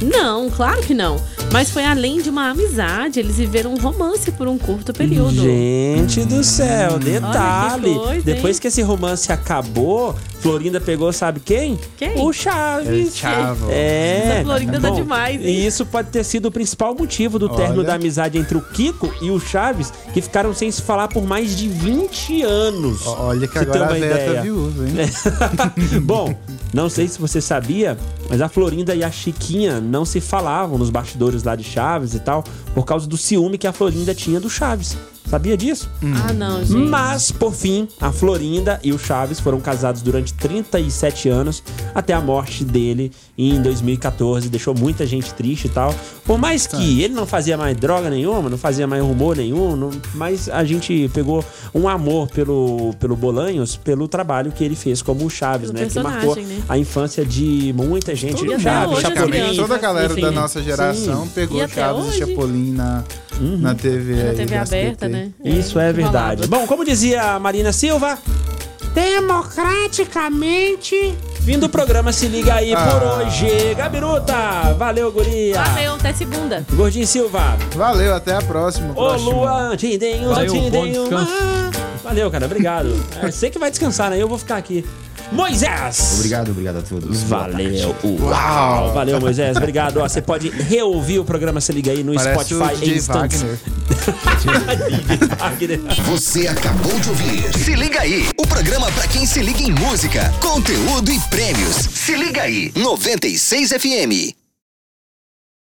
[SPEAKER 3] Não, claro que não. Mas foi além de uma amizade, eles viveram um romance por um curto período.
[SPEAKER 2] Gente do céu, detalhe.
[SPEAKER 3] Olha que coisa,
[SPEAKER 2] Depois
[SPEAKER 3] hein?
[SPEAKER 2] que esse romance acabou, Florinda pegou, sabe quem?
[SPEAKER 3] Quem?
[SPEAKER 2] O Chaves.
[SPEAKER 4] Chavo.
[SPEAKER 2] É.
[SPEAKER 3] Essa Florinda tá demais, hein?
[SPEAKER 2] E isso pode ter sido o principal motivo do término da amizade entre o Kiko e o Chaves, que ficaram sem se falar por mais de 20 anos.
[SPEAKER 4] Olha que
[SPEAKER 2] Você tem
[SPEAKER 4] agora a
[SPEAKER 2] uma
[SPEAKER 4] Vera tá
[SPEAKER 2] ideia.
[SPEAKER 4] viúva, hein?
[SPEAKER 2] né? Bom, não sei se você sabia, mas a Florinda e a Chiquinha não se falavam nos bastidores lá de Chaves e tal, por causa do ciúme que a Florinda tinha do Chaves. Sabia disso?
[SPEAKER 3] Ah, não, gente.
[SPEAKER 2] Mas, por fim, a Florinda e o Chaves foram casados durante 37 anos, até a morte dele em 2014. Deixou muita gente triste e tal. Por mais que ele não fazia mais droga nenhuma, não fazia mais rumor nenhum, não- mas a gente pegou um amor pelo, pelo Bolanhos, pelo trabalho que ele fez como o Chaves,
[SPEAKER 3] Pelo
[SPEAKER 2] né? Que
[SPEAKER 3] personagem,
[SPEAKER 2] marcou
[SPEAKER 3] né?
[SPEAKER 2] a infância de muita gente.
[SPEAKER 3] E até
[SPEAKER 2] Chaves,
[SPEAKER 3] hoje as
[SPEAKER 2] Chapolin,
[SPEAKER 4] Praticamente
[SPEAKER 3] crianças,
[SPEAKER 4] toda a galera
[SPEAKER 2] enfim,
[SPEAKER 4] da nossa geração
[SPEAKER 2] sim.
[SPEAKER 4] pegou
[SPEAKER 3] E até
[SPEAKER 4] Chaves
[SPEAKER 3] hoje? Uhum.
[SPEAKER 4] e Chapolin na, na TV
[SPEAKER 3] Na
[SPEAKER 4] aí,
[SPEAKER 3] TV
[SPEAKER 4] do
[SPEAKER 3] aberta,
[SPEAKER 4] SBT.
[SPEAKER 3] né?
[SPEAKER 2] Isso é verdade. Bom, como dizia a Marina Silva, democraticamente. Fim do programa Se Liga Aí por
[SPEAKER 4] Ah.
[SPEAKER 2] hoje. Gabiruta, valeu, guria.
[SPEAKER 3] Valeu, até segunda.
[SPEAKER 2] Gordinho Silva,
[SPEAKER 4] Valeu, até a próxima.
[SPEAKER 2] ô
[SPEAKER 4] próximo.
[SPEAKER 2] Luan, te dei um,
[SPEAKER 5] Valeu,
[SPEAKER 2] te
[SPEAKER 5] bom
[SPEAKER 2] dei uma. Valeu, cara, obrigado. É, você que vai descansar, né? Eu vou ficar aqui. Moisés!
[SPEAKER 10] Obrigado, obrigado a todos.
[SPEAKER 2] Valeu,
[SPEAKER 1] Ah,
[SPEAKER 2] uau! Valeu, Moisés, obrigado. Ó, você pode reouvir o programa Se Liga Aí no
[SPEAKER 4] Parece o
[SPEAKER 2] Spotify é
[SPEAKER 4] DJ
[SPEAKER 2] Instant.
[SPEAKER 4] Wagner.
[SPEAKER 2] Wagner.
[SPEAKER 1] Você acabou de ouvir. Se liga aí. O programa pra quem se liga em música, conteúdo e prêmios. Se liga aí. 96 FM.